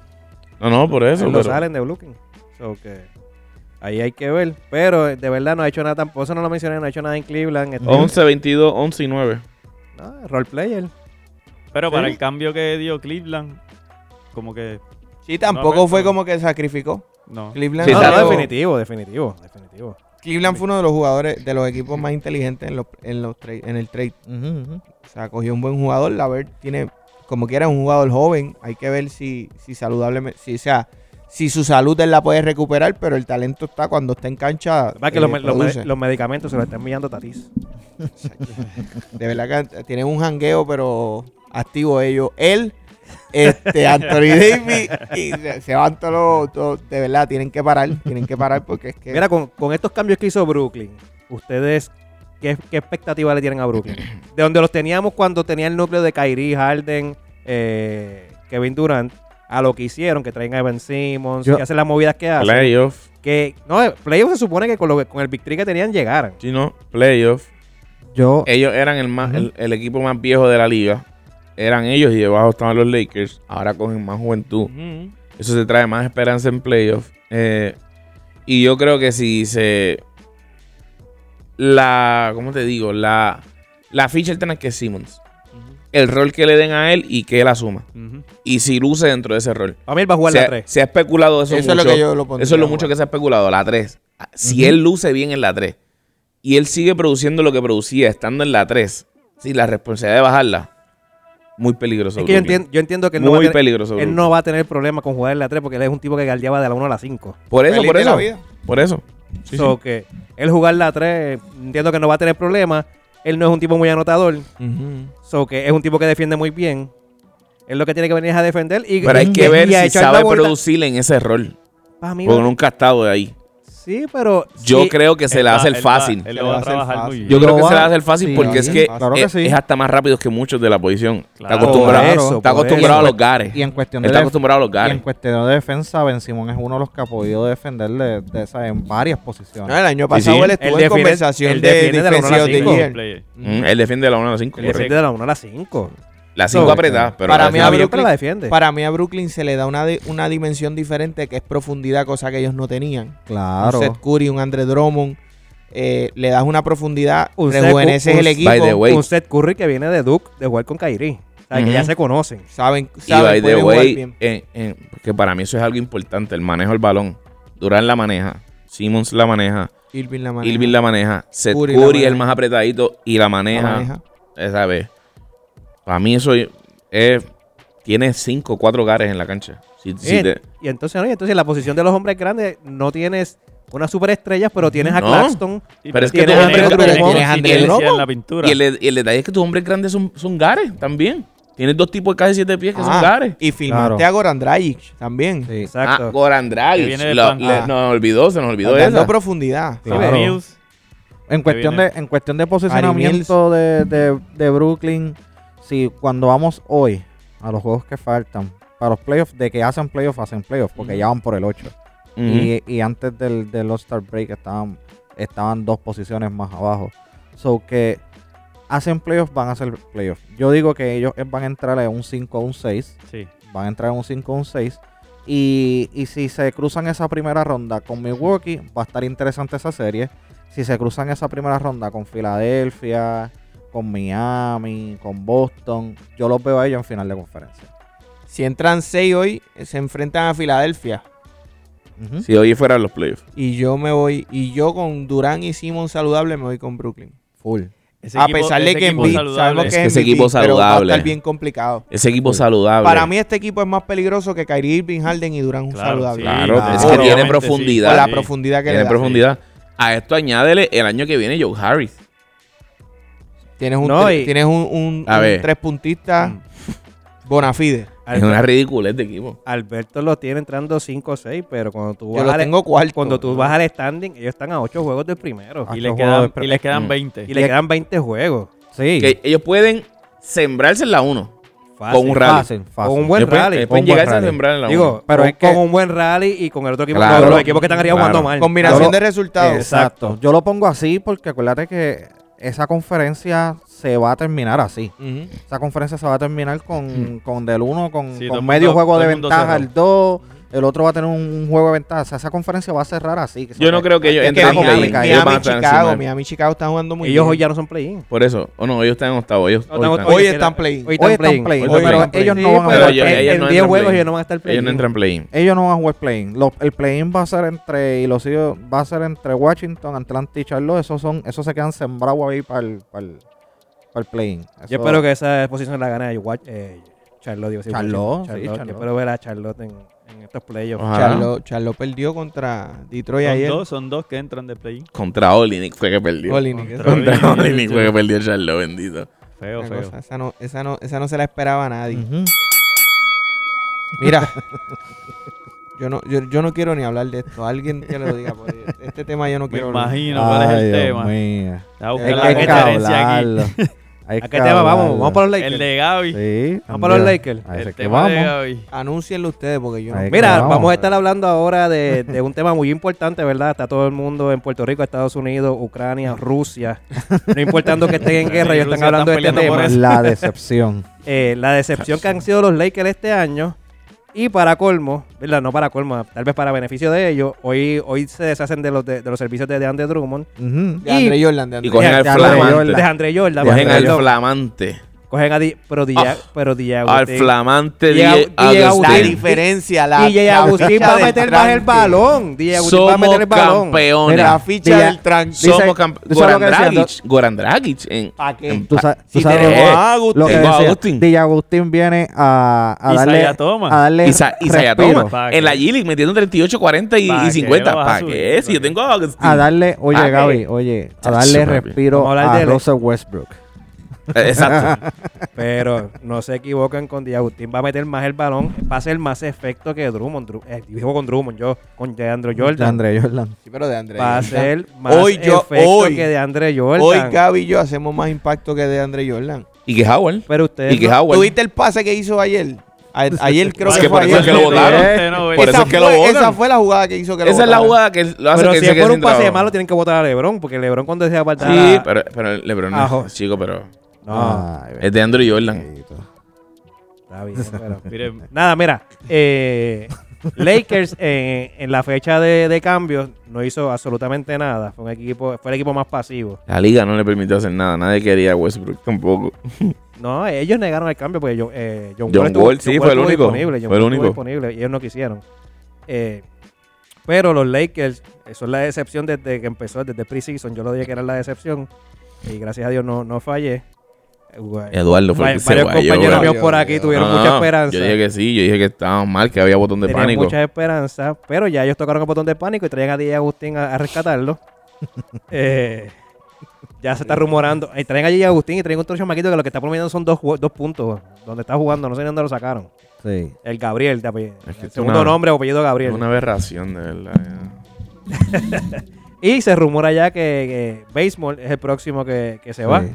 Speaker 3: no, no, por eso.
Speaker 2: A él lo
Speaker 3: pero-
Speaker 2: salen de Brooklyn. So que ahí hay que ver. Pero eh, de verdad no ha hecho nada tampoco. Eso no lo mencioné, no ha hecho nada en Cleveland. Este-
Speaker 3: 11, 22, 11 y 9.
Speaker 2: No, role player.
Speaker 5: Pero
Speaker 2: Sí.
Speaker 5: para el cambio que dio Cleveland, como que
Speaker 1: Sí, tampoco
Speaker 5: No,
Speaker 1: fue
Speaker 5: no.
Speaker 1: como que sacrificó.
Speaker 5: no.
Speaker 1: Cleveland,
Speaker 3: Sí,
Speaker 2: no, no,
Speaker 1: salió-
Speaker 3: exacto.
Speaker 2: definitivo, definitivo, definitivo.
Speaker 1: Cleveland fue uno de los jugadores, de los equipos más inteligentes en, los, en, los tra- en el trade.
Speaker 4: Ujú, ujú.
Speaker 1: O sea, cogió un buen jugador. La ver tiene, como quiera, es un jugador joven. Hay que ver si, si saludablemente, si, o sea, si su salud él la puede recuperar, pero el talento está cuando está en cancha.
Speaker 2: Va que
Speaker 1: eh,
Speaker 2: los, me- los me-
Speaker 1: produce.
Speaker 2: los medicamentos se lo están mirando Tatis.
Speaker 1: De verdad que tienen un jangueo, pero activo ellos. Él, este,
Speaker 2: (laughs)
Speaker 1: Anthony Davis, y se, se van todos los. todos- de verdad, tienen que parar. Tienen que parar porque es que.
Speaker 2: Mira, con, con estos cambios que hizo Brooklyn, ustedes, ¿qué, qué expectativa le tienen a Brooklyn? De donde los teníamos cuando tenía el núcleo de Kyrie, Harden, eh, Kevin Durant, a lo que hicieron, que traen a Ben Simmons,
Speaker 4: Yo-
Speaker 2: que hacen las movidas que hacen.
Speaker 3: Playoff.
Speaker 2: Que, no, eh, playoff se supone que con, lo que- con el victory que tenían llegaran.
Speaker 3: Si no, playoff.
Speaker 4: Yo,
Speaker 3: Ellos eran el, más, el, el equipo más viejo de la liga. Eran ellos y debajo estaban los Lakers. Ahora cogen más juventud. Eso se trae más esperanza en playoff. Eh, y yo creo que si se. La. ¿Cómo te digo? La. La ficha alterna es que es Simmons. El rol que le den a él y que él asuma.
Speaker 5: Ujú.
Speaker 3: Y si luce dentro de ese rol.
Speaker 2: Para mí él va a jugar
Speaker 3: Se
Speaker 2: la
Speaker 3: ha,
Speaker 2: 3.
Speaker 3: se ha especulado eso,
Speaker 1: eso es lo
Speaker 3: mucho.
Speaker 1: que yo lo pondría.
Speaker 3: Eso es lo mucho que se ha especulado, la 3. Si él luce bien en la 3 y él sigue produciendo lo que producía estando en la 3, si la responsabilidad de bajarla, muy peligroso.
Speaker 2: Es que yo
Speaker 3: Brooklyn.
Speaker 2: entiendo, yo entiendo que él no, va a
Speaker 3: muy
Speaker 2: tener,
Speaker 3: peligroso.
Speaker 2: él
Speaker 3: Brooklyn.
Speaker 2: no va a tener problema con jugar en la 3 porque él es un tipo que galdeaba de la 1 a la 5.
Speaker 3: por eso,
Speaker 1: Feliz
Speaker 3: por
Speaker 1: de la
Speaker 3: eso.
Speaker 1: vida.
Speaker 3: Por eso. Sí,
Speaker 2: so
Speaker 3: sí.
Speaker 2: que él jugar la 3, entiendo que no va a tener problema. Él no es un tipo muy anotador. So que es un tipo que defiende muy bien. Es lo que tiene que venir es a defender. Y,
Speaker 3: Pero hay
Speaker 2: y-
Speaker 3: que
Speaker 2: y
Speaker 3: ver
Speaker 2: a
Speaker 3: si
Speaker 2: echar la
Speaker 3: sabe
Speaker 2: bola.
Speaker 3: producir en ese rol.
Speaker 2: Pa' mí,
Speaker 3: Porque
Speaker 2: no-
Speaker 3: nunca ha estado de ahí.
Speaker 2: Ah, Sí, pero.
Speaker 3: Yo
Speaker 2: sí,
Speaker 3: creo que se la
Speaker 5: Él
Speaker 3: va a
Speaker 5: va-
Speaker 3: hacer
Speaker 5: él va-
Speaker 3: fácil.
Speaker 5: Él
Speaker 1: Se la
Speaker 5: lo va
Speaker 1: va a
Speaker 5: a
Speaker 1: hacer
Speaker 5: trabajar
Speaker 1: fácil.
Speaker 5: muy bien.
Speaker 3: Yo
Speaker 4: Lo
Speaker 3: creo que
Speaker 4: va-
Speaker 3: se la va a hacer fácil
Speaker 4: sí,
Speaker 3: porque es
Speaker 4: sí,
Speaker 3: que
Speaker 4: claro que
Speaker 3: es,
Speaker 4: sí.
Speaker 3: es hasta más rápido que muchos de la posición.
Speaker 5: Claro.
Speaker 3: Está acostumbrado,
Speaker 2: Por eso,
Speaker 3: está
Speaker 2: por
Speaker 3: acostumbrado a
Speaker 4: eso.
Speaker 3: los gares.
Speaker 4: Y en
Speaker 3: Él
Speaker 4: cuestión de
Speaker 3: está
Speaker 4: def-
Speaker 3: acostumbrado a los
Speaker 4: y
Speaker 3: gares.
Speaker 4: en cuestión de defensa, Ben Simón es uno de los que ha podido defender de, de esa- en varias
Speaker 1: No,
Speaker 4: posiciones.
Speaker 1: el año pasado
Speaker 3: sí.
Speaker 1: él estuvo
Speaker 2: Él
Speaker 1: en
Speaker 2: defiende-
Speaker 1: conversación
Speaker 2: él
Speaker 1: de
Speaker 2: defiende de la
Speaker 1: defensivo
Speaker 2: uno a la
Speaker 1: de
Speaker 2: cinco.
Speaker 1: year.
Speaker 5: player.
Speaker 3: Mm, él defiende de la 1 a la 5.
Speaker 2: Él defiende de la 1 a la 5.
Speaker 3: La 5
Speaker 2: So,
Speaker 3: apretada, pero
Speaker 1: para
Speaker 3: la
Speaker 1: mí
Speaker 3: defensa-
Speaker 1: abrió-
Speaker 2: la defiende.
Speaker 1: Para mí a Brooklyn se le da una, di- una dimensión diferente que es profundidad, cosa que ellos no tenían.
Speaker 4: Claro.
Speaker 1: Un Seth Curry, un Andre Drummond. eh, le das una profundidad,
Speaker 2: Un Seth-
Speaker 1: rejuveneces
Speaker 2: un-
Speaker 1: el
Speaker 2: un-
Speaker 1: equipo.
Speaker 3: By the way,
Speaker 2: Un Seth Curry que viene de Duke de jugar con Kyrie. O sea,
Speaker 3: Ujú.
Speaker 2: que ya se conocen.
Speaker 1: Saben,
Speaker 3: y
Speaker 1: saben
Speaker 3: by the
Speaker 1: pueden jugar
Speaker 3: way,
Speaker 1: bien.
Speaker 3: en- en- porque para mí eso es algo importante, el manejo del balón. Durán la maneja, Simmons la maneja,
Speaker 1: Irving la maneja.
Speaker 3: Irving la maneja, Seth
Speaker 1: Curry
Speaker 3: Curry,
Speaker 1: la
Speaker 3: es el
Speaker 1: maneja.
Speaker 3: más apretadito y la
Speaker 1: la
Speaker 3: maneja.
Speaker 1: maneja.
Speaker 3: Esa vez. Para mí eso es... Tiene 5 o 4 gares en la cancha. Si- si
Speaker 2: Bien.
Speaker 3: te-
Speaker 2: Eh, Y entonces, ¿no? y entonces en la posición de los hombres grandes no tienes unas superestrellas, pero tienes a
Speaker 3: No.
Speaker 2: Claxton.
Speaker 3: Pero es que
Speaker 2: tú
Speaker 5: tienes
Speaker 2: Andrés
Speaker 5: a
Speaker 2: Drummond-
Speaker 5: Drummond
Speaker 1: tienes a
Speaker 5: y
Speaker 1: Andrés
Speaker 5: Chelsea en
Speaker 1: Drummond.
Speaker 5: la pintura.
Speaker 3: Y el, de- y el detalle es que tus hombres grandes son, son gares también. Tienes dos tipos de casi siete pies que
Speaker 1: Ah,
Speaker 3: son gares.
Speaker 1: Y filmaste
Speaker 2: Claro.
Speaker 1: a Goran Dragic también.
Speaker 4: Sí.
Speaker 3: Ah,
Speaker 2: Exacto.
Speaker 3: Goran Dragic.
Speaker 5: Que viene de
Speaker 3: Lo-
Speaker 5: plan-
Speaker 3: le-
Speaker 1: Ah.
Speaker 3: Nos olvidó, se nos olvidó
Speaker 1: Dando
Speaker 3: esa.
Speaker 1: profundidad.
Speaker 2: Sí, claro.
Speaker 5: Mills,
Speaker 4: En cuestión
Speaker 5: viene-
Speaker 4: de, en cuestión de posicionamiento de, de- de Brooklyn, si cuando vamos hoy a los juegos que faltan, para los playoffs, de que hacen playoffs, hacen playoffs, porque
Speaker 1: Ujú.
Speaker 4: ya van por el 8.
Speaker 3: Ujú.
Speaker 4: y, y antes del, del All-Star Break estaban, estaban dos posiciones más abajo. So que hacen playoffs, van a hacer playoffs. Yo digo que ellos van a entrar en un 5 o un 6.
Speaker 5: sí.
Speaker 4: Van a entrar en un 5 o un 6. Y, y si se cruzan esa primera ronda con Milwaukee, va a estar interesante esa serie. Si se cruzan esa primera ronda con Filadelfia, con Miami, con Boston, yo los veo a ellos en final de conferencia.
Speaker 1: Si entran seis hoy, se enfrentan a Filadelfia.
Speaker 4: Ujú.
Speaker 3: Si hoy fueran los playoffs.
Speaker 1: Y yo me voy, y yo con Durán y Simon saludable me voy con Brooklyn.
Speaker 4: Full.
Speaker 5: Ese
Speaker 1: a
Speaker 5: equipo-
Speaker 1: pesar de
Speaker 5: ese
Speaker 1: que
Speaker 5: equipo
Speaker 1: Embiid,
Speaker 5: saludable.
Speaker 1: sabemos que
Speaker 3: Es
Speaker 1: es
Speaker 3: que ese
Speaker 1: MVP,
Speaker 3: equipo
Speaker 1: pero va a
Speaker 3: saludable.
Speaker 1: estar bien complicado.
Speaker 3: Ese equipo saludable.
Speaker 1: Para mí este equipo es más peligroso que Kyrie Irving, Harden y Durán
Speaker 5: Claro,
Speaker 1: saludable.
Speaker 5: sí,
Speaker 3: Claro,
Speaker 1: es que
Speaker 5: obviamente,
Speaker 3: tiene
Speaker 5: sí.
Speaker 3: profundidad.
Speaker 1: Por la
Speaker 5: Sí.
Speaker 1: profundidad que
Speaker 3: tiene
Speaker 1: le da.
Speaker 3: profundidad. A esto añádele el año que viene Joe Harris.
Speaker 1: Tienes un,
Speaker 2: No,
Speaker 1: tri-
Speaker 2: y-
Speaker 1: tienes un, un-
Speaker 3: A
Speaker 1: un
Speaker 3: ver.
Speaker 1: tres puntista
Speaker 2: Mm.
Speaker 1: bonafide.
Speaker 3: Es
Speaker 2: Alberto,
Speaker 3: una ridiculez de equipo.
Speaker 2: Alberto lo tiene entrando 5 o 6, pero cuando tú
Speaker 1: Yo
Speaker 2: vas,
Speaker 1: lo
Speaker 2: al,
Speaker 1: tengo cuarto.
Speaker 2: cuando tú vas al standing, ellos están a 8 juegos del primero.
Speaker 4: Ah,
Speaker 5: Y
Speaker 2: y,
Speaker 5: le
Speaker 4: Estos
Speaker 5: quedan,
Speaker 4: juegos
Speaker 5: y les quedan
Speaker 3: Mm.
Speaker 5: 20.
Speaker 2: le quedan 20 juegos. Sí.
Speaker 3: Que ellos pueden sembrarse en la 1.
Speaker 2: Fácil.
Speaker 3: con un rally.
Speaker 4: Fácil, fácil.
Speaker 2: Con un buen
Speaker 3: Ellos pueden-
Speaker 2: rally.
Speaker 3: ellos
Speaker 2: Con
Speaker 3: pueden
Speaker 2: un buen
Speaker 3: llegarse a
Speaker 2: rally.
Speaker 3: sembrar en la
Speaker 2: Digo,
Speaker 3: 1.
Speaker 2: pero
Speaker 4: Con-
Speaker 2: es que-
Speaker 4: con
Speaker 2: con un buen rally y con el otro equipo,
Speaker 3: Claro.
Speaker 2: con los equipos que están arriba
Speaker 3: Claro.
Speaker 2: jugando mal.
Speaker 1: Combinación
Speaker 4: Yo lo-
Speaker 1: de resultados.
Speaker 4: Exacto. Yo lo pongo así porque acuérdate que esa conferencia se va a terminar así.
Speaker 1: Ujú.
Speaker 4: Esa conferencia se va a terminar con, con del 1, con,
Speaker 5: Sí,
Speaker 4: con
Speaker 5: todo el
Speaker 4: medio
Speaker 5: mundo-
Speaker 4: juego
Speaker 5: todo
Speaker 4: de
Speaker 5: el mundo
Speaker 4: ventaja, el 2. El otro va a tener un, un juego de ventaja. O sea, esa conferencia va a cerrar así. que se
Speaker 3: Yo no
Speaker 4: va-
Speaker 3: creo que ellos
Speaker 1: Es que
Speaker 3: entren
Speaker 4: vamos a
Speaker 3: play-in.
Speaker 1: Miami,
Speaker 4: caer.
Speaker 3: Ellos van a
Speaker 1: Miami,
Speaker 3: estar encima
Speaker 1: Chicago,
Speaker 3: de-
Speaker 1: Miami, Chicago están jugando muy
Speaker 2: Ellos hoy
Speaker 1: bien.
Speaker 2: ya no son play-in.
Speaker 3: Por eso. O no, ellos están en octavo. Ellos,
Speaker 2: No, no,
Speaker 3: hoy están-
Speaker 1: hoy,
Speaker 2: Oye,
Speaker 1: están
Speaker 2: mira,
Speaker 1: play.
Speaker 2: hoy-
Speaker 4: Hoy están
Speaker 2: están
Speaker 4: playing.
Speaker 2: playing.
Speaker 1: Hoy
Speaker 4: pero
Speaker 1: están
Speaker 4: ellos
Speaker 1: playing.
Speaker 4: no van a
Speaker 3: Pero
Speaker 4: jugar
Speaker 3: ellos-
Speaker 4: play-in.
Speaker 3: ellos
Speaker 2: en
Speaker 3: no
Speaker 2: 10
Speaker 3: entran
Speaker 2: juegos
Speaker 3: play-in.
Speaker 2: ellos no van a estar
Speaker 3: ellos no
Speaker 2: play-in.
Speaker 3: entran play-in.
Speaker 4: Ellos no van a jugar play-in. Los- El play-in va a ser entre y los hijos- va a ser entre Washington, Atlanta y Charlotte. Esos son, esos se quedan sembrados ahí para el, para el, para el play-in. Eso-
Speaker 2: Yo espero que esa posición la gane Wa- eh, Charlotte. Digo, sí,
Speaker 4: Charlotte, sí,
Speaker 2: Yo
Speaker 4: Charlotte.
Speaker 2: espero ver a Charlotte en, en estos playoffs.
Speaker 3: Ojalá.
Speaker 1: Charlo, Charlo perdió contra Detroit
Speaker 5: Son
Speaker 1: ayer.
Speaker 5: dos, son dos que entran de play.
Speaker 3: Contra Olinick fue que perdió.
Speaker 1: Golini, que
Speaker 5: Contra-
Speaker 3: Contra
Speaker 5: Olinick.
Speaker 3: Olinick fue que perdió Charlo, bendito.
Speaker 5: Feo,
Speaker 1: Una
Speaker 5: feo.
Speaker 1: cosa, esa, no, esa, no, esa no se la esperaba a nadie.
Speaker 4: Ujú.
Speaker 1: Mira, yo no, yo, yo no quiero ni hablar de esto. Alguien que lo diga. porque Este tema yo no
Speaker 5: Me
Speaker 1: quiero hablar.
Speaker 5: imagino cuál es el
Speaker 4: Dios
Speaker 5: tema. Voy
Speaker 4: mío.
Speaker 5: a
Speaker 1: Hay
Speaker 5: buscar
Speaker 1: que
Speaker 5: la referencia aquí. (laughs)
Speaker 4: hablarlo. Hay
Speaker 2: ¿A qué tema vamos? Vamos para los Lakers.
Speaker 5: El de Gaby.
Speaker 4: Sí.
Speaker 2: Vamos para los
Speaker 4: también.
Speaker 2: Lakers.
Speaker 4: A ese
Speaker 5: el
Speaker 4: que
Speaker 5: tema de
Speaker 4: vamos.
Speaker 5: Gaby.
Speaker 1: Anúncienlo ustedes porque yo no.
Speaker 4: Ay,
Speaker 2: Mira,
Speaker 4: Vamos.
Speaker 2: vamos a estar hablando ahora de, de un tema muy importante, ¿verdad? Está todo el mundo en Puerto Rico, Estados Unidos, Ucrania, Rusia. No importando que estén en guerra, ellos están
Speaker 5: Rusia
Speaker 2: hablando de
Speaker 5: están
Speaker 2: este
Speaker 5: peleando por
Speaker 2: tema.
Speaker 5: eso.
Speaker 4: La decepción.
Speaker 2: Eh, la decepción que han sido los Lakers este año. Y para colmo, ¿verdad? No para colmo, tal vez para beneficio de ellos. Hoy, hoy se deshacen de los, de, de los servicios de DeAndre Drummond.
Speaker 4: Ujú.
Speaker 1: De Andre Jordan, de
Speaker 3: Y
Speaker 1: Andre
Speaker 3: cogen
Speaker 2: Ya,
Speaker 3: al
Speaker 4: ya la
Speaker 3: flamante.
Speaker 4: Jordan.
Speaker 2: De Andre Jordan.
Speaker 3: Cogen al
Speaker 2: perdón.
Speaker 3: flamante.
Speaker 2: Cogen a Di, pero Di,
Speaker 3: Ah,
Speaker 2: pero Di
Speaker 3: Al
Speaker 2: Agustín.
Speaker 3: flamante
Speaker 2: Llega-
Speaker 3: DJ
Speaker 2: llega
Speaker 1: La
Speaker 2: Agustín.
Speaker 3: Agustín.
Speaker 1: diferencia, la,
Speaker 2: DJ
Speaker 1: la
Speaker 2: Agustín
Speaker 1: ficha
Speaker 2: va a
Speaker 1: del
Speaker 2: meter más el
Speaker 1: tranque.
Speaker 2: balón. DJ Agustín va a meter
Speaker 3: Somos
Speaker 2: el balón.
Speaker 1: La
Speaker 3: campeones.
Speaker 1: ficha
Speaker 4: Mira,
Speaker 1: del tranque.
Speaker 4: dice-
Speaker 3: Somos campeones.
Speaker 4: ¿tú sabes lo
Speaker 3: Goran
Speaker 4: que decían?
Speaker 3: Dragic. Goran Dragic. en-
Speaker 1: ¿Para qué?
Speaker 3: en-
Speaker 4: Tú sa- tú
Speaker 1: Si
Speaker 4: sabes
Speaker 1: tenemos
Speaker 3: lo-
Speaker 1: a Agustín.
Speaker 4: Lo que
Speaker 3: Tengo a
Speaker 4: decía,
Speaker 3: Agustín.
Speaker 4: DJ Agustín viene a, a darle.
Speaker 5: Isaiah Thomas.
Speaker 4: A darle.
Speaker 3: Isa- Isaiah
Speaker 4: respiro.
Speaker 3: Thomas
Speaker 5: Pa'
Speaker 3: en la
Speaker 5: qué.
Speaker 3: G-League metiendo 38, 40 y,
Speaker 5: Pa'
Speaker 3: y
Speaker 5: qué
Speaker 3: 50.
Speaker 5: lo vas a
Speaker 3: ¿Para
Speaker 5: subir,
Speaker 3: qué? Si
Speaker 5: pa'
Speaker 3: yo
Speaker 5: qué.
Speaker 3: tengo a Agustín.
Speaker 4: a darle, oye
Speaker 3: Ah, eh.
Speaker 4: Gaby, oye, a
Speaker 3: Chacho,
Speaker 4: darle
Speaker 3: papi.
Speaker 4: respiro
Speaker 2: Vamos a hablar
Speaker 4: a
Speaker 2: de él.
Speaker 4: Russell Westbrook.
Speaker 3: Eh, (laughs)
Speaker 4: (laughs)
Speaker 3: Exacto.
Speaker 2: Pero no se equivocan con Di Agustín. Va a meter más el balón. Va a hacer más efecto que Drummond. Dru- eh, digo con Drummond, yo. Con DeAndre
Speaker 4: De
Speaker 2: Jordan.
Speaker 4: Andre Jordan.
Speaker 1: Sí, pero de André.
Speaker 2: Va a
Speaker 1: Jordan.
Speaker 2: ser más
Speaker 1: Hoy yo-
Speaker 2: efecto
Speaker 1: hoy-
Speaker 2: que DeAndre Jordan.
Speaker 1: Hoy Gaby y yo hacemos más impacto que de André Jordan.
Speaker 3: y que Howard.
Speaker 2: Pero ustedes
Speaker 3: Y que
Speaker 2: no-
Speaker 1: ¿Tuviste
Speaker 3: Howard.
Speaker 1: el pase que hizo ayer? A- ayer creo
Speaker 3: Ah, Es
Speaker 1: que,
Speaker 3: que
Speaker 1: fue
Speaker 3: por eso
Speaker 1: ayer.
Speaker 3: es que lo votaron. Por
Speaker 1: esa,
Speaker 3: eso es que lo
Speaker 1: fue,
Speaker 3: votan.
Speaker 1: esa fue la jugada que hizo que lo
Speaker 3: Esa es la
Speaker 1: votaran.
Speaker 3: jugada que lo hace
Speaker 2: Pero
Speaker 3: que
Speaker 2: si
Speaker 3: se
Speaker 2: es
Speaker 3: quede
Speaker 2: por
Speaker 3: sin
Speaker 2: un pase
Speaker 3: trabajo.
Speaker 2: malo, tienen que votar a Lebron. Porque Lebron cuando deja apartar
Speaker 3: Sí, pero, pero LeBron no,
Speaker 2: Ajo.
Speaker 3: chico, pero
Speaker 2: No,
Speaker 4: Ay,
Speaker 3: es de Andrew Jordan.
Speaker 2: está bien. pero-
Speaker 5: Miren,
Speaker 2: Nada, mira. eh, Lakers (laughs) eh, en la fecha de, de cambios no hizo absolutamente nada. Fue un equipo, fue el equipo más pasivo.
Speaker 3: La liga no le permitió hacer nada, nadie quería a Westbrook tampoco.
Speaker 2: No, ellos negaron el cambio porque John, eh, John,
Speaker 3: John
Speaker 2: estuvo-
Speaker 3: Wall, sí, fue el
Speaker 2: estuvo
Speaker 3: único.
Speaker 2: disponible, John
Speaker 3: Fue
Speaker 2: Wall
Speaker 3: el
Speaker 2: estuvo
Speaker 3: único.
Speaker 2: disponible y ellos no quisieron. Eh, pero los Lakers, eso es la decepción desde que empezó, desde preseason. Yo lo dije que era la decepción y gracias a Dios no, no fallé. Eh, guay.
Speaker 3: Eduardo fue el
Speaker 2: varios
Speaker 3: que se guayó,
Speaker 2: compañeros
Speaker 3: bro.
Speaker 2: míos por aquí tuvieron
Speaker 3: No, no,
Speaker 2: mucha
Speaker 3: no,
Speaker 2: esperanza.
Speaker 3: Yo dije que sí, yo dije que estábamos mal, que había botón de
Speaker 2: tenían
Speaker 3: pánico.
Speaker 2: mucha esperanza, pero ya ellos tocaron el botón de pánico y traían a Diego Agustín a, a
Speaker 4: (laughs)
Speaker 2: rescatarlo. Eh, ya se está rumorando. Eh, traen a Diego Agustín y traen otro chamaquito que lo que está promediando son dos, ju- dos puntos donde está jugando. No sé ni dónde lo sacaron.
Speaker 4: Sí.
Speaker 2: El Gabriel, de apellido.
Speaker 3: Es que
Speaker 2: el
Speaker 3: es
Speaker 2: segundo
Speaker 3: una-
Speaker 2: nombre o apellido Gabriel.
Speaker 3: Una aberración, de verdad. ya.
Speaker 2: Y se rumora ya que, que Baseball es el próximo que, que se va.
Speaker 4: Sí.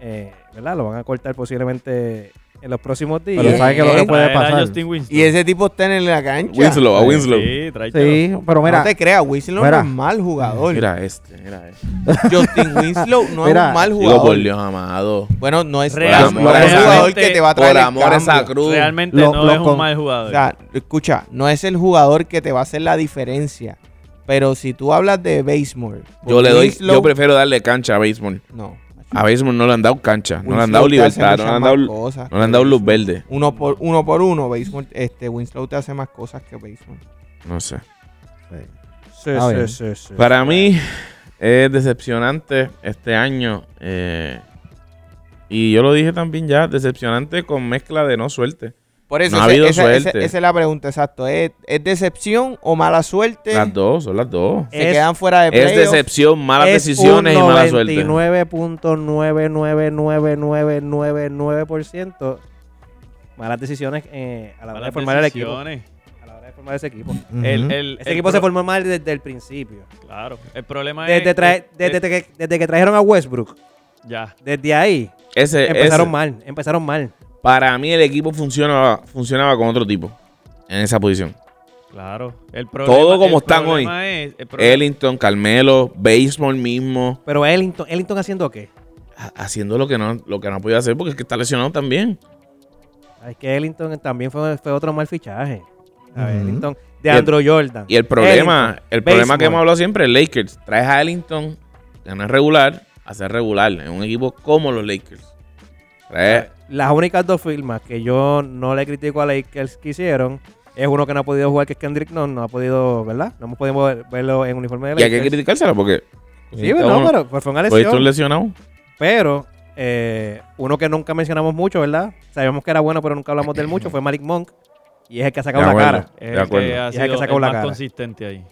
Speaker 2: Eh, ¿Verdad? Lo van a cortar posiblemente en los próximos días. Eh,
Speaker 4: Pero ¿sabes qué es lo que
Speaker 1: Bien.
Speaker 4: puede
Speaker 5: traer a
Speaker 4: pasar?
Speaker 5: Justin Winston.
Speaker 1: Y ese tipo está en la cancha.
Speaker 3: Winslow, a
Speaker 4: Sí.
Speaker 3: Winslow.
Speaker 5: Sí, tráetelo.
Speaker 4: Sí, pero
Speaker 1: no
Speaker 4: mira,
Speaker 1: te creas, Winslow
Speaker 4: Mira.
Speaker 1: no es mal jugador.
Speaker 3: Mira este, mira este.
Speaker 1: Justin Winslow no es
Speaker 4: Mira.
Speaker 1: un mal
Speaker 3: Digo, por
Speaker 1: jugador.
Speaker 3: Dios amado.
Speaker 1: bueno, no es,
Speaker 5: Real-
Speaker 1: no es un
Speaker 3: realmente-
Speaker 1: jugador que te va a traer
Speaker 3: Por
Speaker 1: el
Speaker 3: amor a esa
Speaker 1: cambio.
Speaker 3: cruz.
Speaker 5: Realmente
Speaker 4: Lo-
Speaker 5: no
Speaker 4: lo
Speaker 5: es un
Speaker 4: con-
Speaker 5: mal jugador.
Speaker 1: O sea, escucha, no es el jugador que te va a hacer la diferencia. Pero si tú hablas de Basemore,
Speaker 3: Yo le doy,
Speaker 1: Winslow-
Speaker 3: yo prefiero darle cancha a béisbol.
Speaker 1: No.
Speaker 3: A béisbol no le han dado cancha, no le han
Speaker 1: Winslow
Speaker 3: dado
Speaker 1: te hace
Speaker 3: libertad, no le
Speaker 1: muchas
Speaker 3: han
Speaker 1: más
Speaker 3: dado,
Speaker 1: cosas.
Speaker 3: no le han dado luz verde.
Speaker 1: Uno por uno, por uno Baseball, este, Winslow te hace más cosas que Basemore.
Speaker 3: No sé.
Speaker 4: sí.
Speaker 2: Sí,
Speaker 4: Ah,
Speaker 2: sí,
Speaker 4: bien.
Speaker 2: sí, sí.
Speaker 3: Para mí es decepcionante este año. eh, y yo lo dije también ya, decepcionante con mezcla de no suerte.
Speaker 1: Por eso,
Speaker 3: No ha
Speaker 1: ese-
Speaker 3: habido
Speaker 1: esa,
Speaker 3: suerte.
Speaker 1: esa- esa es la pregunta, exacto. ¿Es, es decepción o mala suerte?
Speaker 3: Las dos, son las dos.
Speaker 1: Se
Speaker 2: Es-
Speaker 1: quedan fuera de
Speaker 3: Es
Speaker 1: playoffs.
Speaker 3: decepción, malas
Speaker 2: Es
Speaker 3: decisiones y
Speaker 2: un
Speaker 3: mala suerte.
Speaker 2: 99.99999% malas decisiones eh, a la hora de
Speaker 5: Malas
Speaker 2: formar el equipo.
Speaker 5: decisiones.
Speaker 2: A la hora de formar ese equipo.
Speaker 5: El,
Speaker 4: Ujú.
Speaker 5: el-
Speaker 2: Ese
Speaker 5: el
Speaker 2: equipo se
Speaker 5: pro-
Speaker 2: formó mal desde el principio.
Speaker 5: Claro. El problema es.
Speaker 2: Desde, trae-
Speaker 5: es-
Speaker 2: desde que, desde que trajeron a Westbrook,
Speaker 5: Ya.
Speaker 2: desde ahí
Speaker 3: Ese, ese-
Speaker 2: empezaron mal, empezaron mal.
Speaker 3: Para mí el equipo funcionaba, funcionaba con otro tipo en esa posición.
Speaker 5: Claro. El problema,
Speaker 3: Todo como
Speaker 5: el
Speaker 3: están
Speaker 5: problema es- el problema-
Speaker 3: Ellington, Carmelo, Baseball mismo,
Speaker 2: Pero Ellington, Ellington haciendo qué?
Speaker 3: ha- haciendo lo que no lo que no podía hacer porque es que está lesionado también.
Speaker 2: Es que Ellington también fue, fue otro mal fichaje. A ver,
Speaker 4: Ujú.
Speaker 2: Ellington
Speaker 3: Y
Speaker 2: de
Speaker 3: el-
Speaker 2: Andrew Jordan.
Speaker 3: Y el problema,
Speaker 2: Ellington,
Speaker 3: el problema que
Speaker 2: Baseball.
Speaker 3: hemos hablado siempre es Lakers. Traes a Ellington, que no es regular, a ser regular en un equipo como los Lakers. Traes,
Speaker 2: Las únicas dos firmas que yo no le critico a Lakers que hicieron es uno que no ha podido jugar, que es Kendrick Nunn. No ha podido, ¿verdad? No hemos podido ver- verlo en uniforme de
Speaker 3: y hay que
Speaker 2: Ah, Lakers.
Speaker 3: criticárselo porque
Speaker 2: sí, pero, no,
Speaker 3: uno-
Speaker 2: pero pues fue una
Speaker 3: porque esto es
Speaker 2: lesión.
Speaker 3: lesionado.
Speaker 2: Pero eh, uno que nunca mencionamos mucho, ¿verdad? Sabemos que era bueno, pero nunca hablamos de él mucho, fue Malik Monk. Y es el que ha sacado
Speaker 3: De
Speaker 2: la
Speaker 3: acuerdo.
Speaker 2: cara. Este,
Speaker 5: Es
Speaker 3: De
Speaker 5: el que
Speaker 3: acuerdo.
Speaker 5: ha
Speaker 2: Y es el que
Speaker 5: sido
Speaker 2: sacó
Speaker 5: el
Speaker 2: la
Speaker 5: más
Speaker 2: cara.
Speaker 5: consistente ahí.